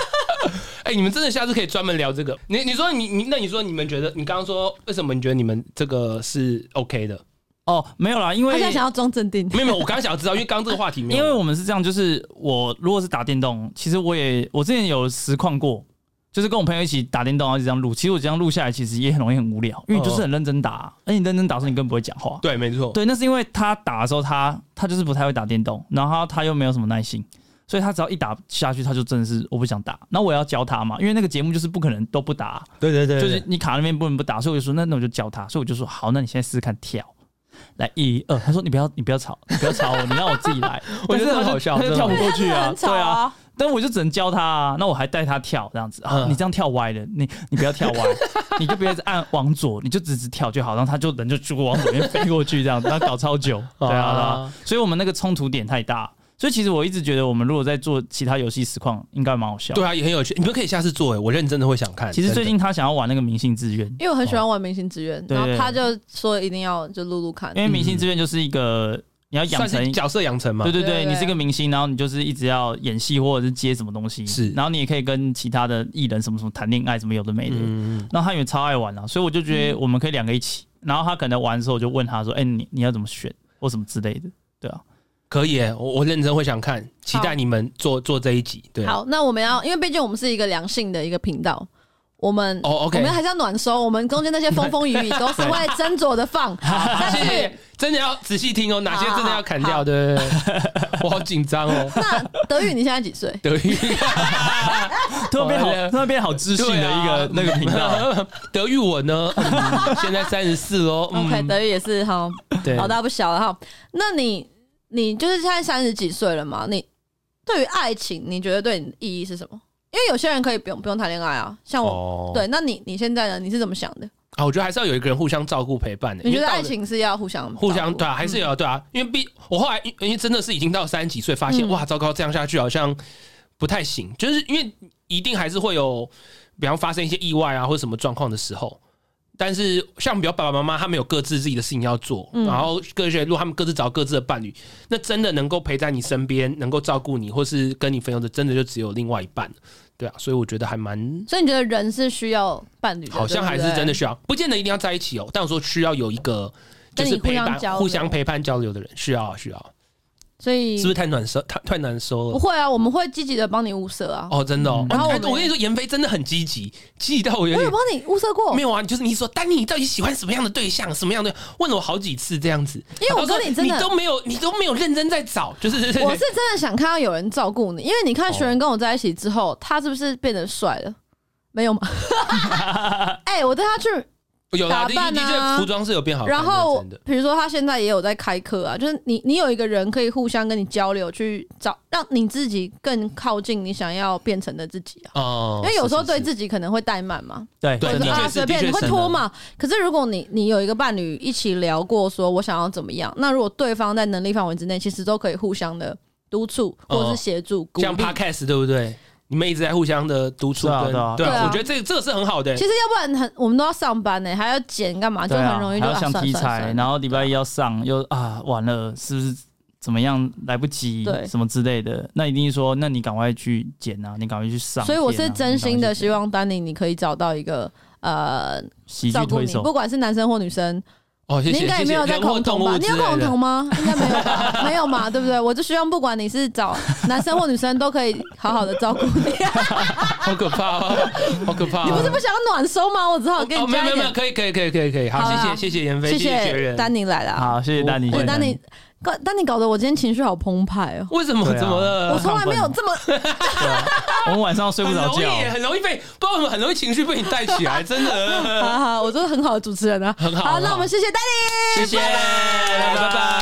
Speaker 3: 哎、你们真的下次可以专门聊这个。你你说你你那你说你们觉得你刚刚说为什么你觉得你们这个是 OK 的？
Speaker 1: 哦，没有啦，因为
Speaker 2: 他现在想要装镇定。
Speaker 3: 没有没有，我刚刚想要知道，因为刚刚这个话题没有，
Speaker 1: 因为我们是这样，就是我如果是打电动，其实我也我之前有实况过，就是跟我朋友一起打电动，然后就这样录。其实我这样录下来，其实也很容易很无
Speaker 3: 嗯
Speaker 1: 聊，因为你就是很认真打、而你认真打的时候，你根本不会讲话。
Speaker 3: 对，没错，
Speaker 1: 对，那是因为他打的时候他，他就是不太会打电动，然后他他又没有什么耐心，所以他只要一打下去，他就真的是我不想打。那我也要教他嘛，因为那个节目就是不可能都不打啊、
Speaker 4: 对对对，
Speaker 1: 就是你卡那边不能不打，所以我就说那那我就教他，所以我就说好，那你现在试试看跳。来一二，他说你不要你不要吵，你不要吵我，你让我自己来。
Speaker 4: 我觉得
Speaker 1: 但
Speaker 4: 很
Speaker 1: 是他就
Speaker 4: 好笑
Speaker 1: 他就
Speaker 4: 真的
Speaker 1: 跳不过
Speaker 2: 真
Speaker 1: 去
Speaker 2: 的
Speaker 1: 啊
Speaker 2: 很，
Speaker 1: 对
Speaker 2: 吵
Speaker 1: 啊。！但我就只能教他啊，那我还带他跳这样子啊，
Speaker 3: 嗯
Speaker 1: 你这样跳歪了，你你不要跳 歪，你就不要一直按往左，你就直直跳就好，然后他就人就就往左边飞过去这样子，然后搞超 久，对啊，对啊
Speaker 3: 啊
Speaker 1: 所以我们那个冲突点太大，所以其实我一直觉得我们如果在做其他游戏实况，应该蛮好笑。
Speaker 3: 对，啊，也很有趣。你们可以下次做哎，我认真的会想看。
Speaker 1: 其实最
Speaker 3: 真的
Speaker 1: 近他想要玩那个明星志愿，
Speaker 2: 因为我很喜欢玩明星志愿，
Speaker 1: 对
Speaker 2: 然后他就说一定要就录录看
Speaker 1: 因。为明星志愿就是一个你要养
Speaker 3: 算
Speaker 1: 成
Speaker 3: 是，角色养成嘛
Speaker 1: 对，对
Speaker 2: 对对
Speaker 1: 对，
Speaker 2: 对
Speaker 1: 你是一个明星，然后你就是一直要演戏或者是接什么东西，
Speaker 3: 是
Speaker 1: 然后你也可以跟其他的艺人什么什么谈恋爱，什么有的没的。
Speaker 3: 嗯，
Speaker 1: 然后他也超爱玩啊，所以我就觉得我们可以两个一起。然后他可能玩的时候，我就问他说：“哎，你你要怎么选或什么之类的？”对啊，
Speaker 3: 可以哎，我我认真会想看，期待你们做做这一集。对，
Speaker 2: 好，那我们要，因为毕竟我们是一个良性的一个频道，我们
Speaker 3: 哦，OK
Speaker 2: 我们还是要暖收，我们中间那些风风雨雨都是会斟酌的 放，但
Speaker 3: 谢
Speaker 2: 是。
Speaker 3: 谢，真的要仔细听哦，哪些真的要砍掉，
Speaker 2: 好
Speaker 3: 对对对，我好紧张 哦。
Speaker 2: 那德宇，你现在几岁？
Speaker 3: 德育，
Speaker 1: 突然变
Speaker 3: 好啊嘞
Speaker 1: 好，突然变好知性的一个、那个频 道。
Speaker 3: 德育我呢，嗯现在三十四哦。嗯
Speaker 2: OK，德宇也是哈，
Speaker 3: 对，
Speaker 2: 老大不小了哈。那你你就是现在三十几岁了嘛？你对于爱情，你觉得对你的意义是什么？因为有些人可以不用不用谈恋爱啊，像我，
Speaker 3: 哦
Speaker 2: 对。那你你现在呢？你是怎么想的？
Speaker 3: 啊，我觉得还是要有一个人互相照顾陪伴的。
Speaker 2: 你觉
Speaker 3: 因
Speaker 2: 得
Speaker 3: 为到了
Speaker 2: 爱情是要互相
Speaker 3: 互相
Speaker 2: 照顾
Speaker 3: 对啊，还是有对啊，因为毕我后来因因为真的是已经到三十几岁，发现、
Speaker 2: 嗯
Speaker 3: 哇，糟糕，这样下去好像不太行，就是因为一定还是会有，比方发生一些意外啊或者什么状况的时候。但是像比如爸爸妈妈，他们有各自自己的事情要做，
Speaker 2: 嗯
Speaker 3: 然后各自如果他们各自找各自的伴侣，那真的能够陪在你身边，能够照顾你，或是跟你分享的，真的就只有另外一半了，对啊，所以我觉得还蛮
Speaker 2: 所以你觉得人是需要伴侣的，
Speaker 3: 好像还是真的需要，不见得一定要在一起哦。但我说需要有一个就
Speaker 2: 跟你
Speaker 3: 是陪
Speaker 2: 互
Speaker 3: 伴
Speaker 2: 相、交流
Speaker 3: 互相陪伴交流的人，需要啊需要，
Speaker 2: 所以
Speaker 3: 是不是太暖收太太难收
Speaker 2: 不
Speaker 3: 了？
Speaker 2: 会啊，我们会积极的帮你物色啊。
Speaker 3: 哦，真的哦
Speaker 1: 嗯。
Speaker 2: 然后
Speaker 3: 哦
Speaker 2: 我
Speaker 3: 你看
Speaker 2: 们
Speaker 3: 我跟你说，妍飞真的很积极，积极到我有
Speaker 2: 我有
Speaker 3: 点
Speaker 2: 帮你物色过
Speaker 3: 没，有啊。就是你说丹尼，你到底喜欢什么样的对象？什么样的？问了我好几次这样子，
Speaker 2: 因为我
Speaker 3: 然后
Speaker 2: 跟
Speaker 3: 说
Speaker 2: 你真
Speaker 3: 你
Speaker 2: 的，
Speaker 3: 都没有，你都没有认真在找，就是
Speaker 2: 我是真的想看到有人照顾你，因为你
Speaker 3: 哦
Speaker 2: 看学仁跟我在一起之 后，他是不是变得帅了？没有吗？哎、我带他去
Speaker 3: 有啦，
Speaker 2: 打
Speaker 3: 的
Speaker 2: 扮
Speaker 3: 的
Speaker 2: 啊
Speaker 3: 确服装是有变好看
Speaker 2: 然
Speaker 3: 的，
Speaker 2: 后
Speaker 3: 真的，
Speaker 2: 比如说他现在也有在开课啊，就是你你有一个人可以互相跟你交流，去找让你自己更靠近你想要变成的自己啊。
Speaker 3: 哦
Speaker 2: 因为有时候对
Speaker 3: 己
Speaker 2: 自己可能会怠慢嘛，
Speaker 1: 对
Speaker 3: 对
Speaker 2: 或者
Speaker 3: 的
Speaker 2: 是
Speaker 3: 确
Speaker 2: 啊
Speaker 3: 是
Speaker 2: 随
Speaker 3: 的
Speaker 2: 便
Speaker 3: 确
Speaker 2: 你会
Speaker 3: 是的
Speaker 2: 拖嘛。可是如果你你有一个伴侣一起聊过，说我想要怎么样，那如果对方在能力范围之内，其实都可以互相的督促或者
Speaker 3: 嗯
Speaker 2: 是协助鼓
Speaker 3: 像
Speaker 2: 励。
Speaker 3: podcast 对不对？你们一直在互相的督促
Speaker 1: 是啊
Speaker 3: 跟，
Speaker 1: 对啊
Speaker 3: 对
Speaker 2: 对啊
Speaker 3: 我觉得这个这个是很好的
Speaker 2: 其。实要不然很我们都要上班呢、还要剪干嘛，就
Speaker 1: 对啊
Speaker 2: 很容易就
Speaker 1: 还要
Speaker 2: 啊
Speaker 1: 想
Speaker 2: 算
Speaker 1: 题
Speaker 2: 算
Speaker 1: 材，
Speaker 2: 算
Speaker 1: 然后礼拜一要上，又啊完了，是不是怎么样来不及，
Speaker 2: 对
Speaker 1: 什么之类的？那一定是说，那你赶快去剪啊，你赶快去上片啊。
Speaker 2: 所以我是真心的
Speaker 1: 你赶快去
Speaker 2: 希望丹宁，你可以找到一个呃
Speaker 1: 喜
Speaker 2: 照
Speaker 1: 剧
Speaker 2: 顾
Speaker 1: 推
Speaker 2: 你，
Speaker 1: 手
Speaker 2: 不，管是男生或女生，
Speaker 3: 哦，谢
Speaker 2: 你
Speaker 3: 谢，
Speaker 2: 应该也
Speaker 3: 谢
Speaker 2: 没
Speaker 3: 谢
Speaker 2: 有在
Speaker 3: 人或
Speaker 2: 恐
Speaker 3: 动
Speaker 2: 同吧？
Speaker 3: 物
Speaker 2: 你
Speaker 3: 之
Speaker 2: 有
Speaker 3: 类
Speaker 2: 恐
Speaker 3: 的
Speaker 2: 同。吗？应该没有吧？没有嘛，对不对？我就希望不管你是找男生或女生，都可以好好的照顾你。
Speaker 3: 好可怕哦，好可怕 哦！
Speaker 2: 你不是不想要暖收吗？我只好给
Speaker 3: 哦，
Speaker 2: 你
Speaker 3: 没有
Speaker 2: 加一
Speaker 3: 没有没有，
Speaker 2: 点。
Speaker 3: 可以可以可以可以可以，好，
Speaker 2: 好
Speaker 3: 谢
Speaker 2: 啦
Speaker 3: 谢谢谢妍飞，
Speaker 2: 谢
Speaker 3: 谢学人。
Speaker 2: 丹宁来了，
Speaker 1: 好，谢谢丹尼，
Speaker 3: 不
Speaker 1: 谢
Speaker 2: 我
Speaker 1: 谢
Speaker 2: 丹
Speaker 1: 丹
Speaker 2: 尼，搞丹尼搞得我今天情绪好澎湃哦，
Speaker 3: 为什么？
Speaker 1: 对啊
Speaker 3: 怎么了？
Speaker 2: 我从来没有这么
Speaker 1: 啊我们晚上睡不
Speaker 3: 很
Speaker 1: 着
Speaker 3: 容
Speaker 1: 觉，
Speaker 2: 啊
Speaker 3: 易，很容易被不知道为什么，很容易情绪被你带起来，真的。
Speaker 2: 好好，我真的很好的主持人啊，
Speaker 3: 很好
Speaker 2: 好，
Speaker 3: 很好
Speaker 2: 那我们谢谢丹尼，
Speaker 3: 谢谢，拜拜。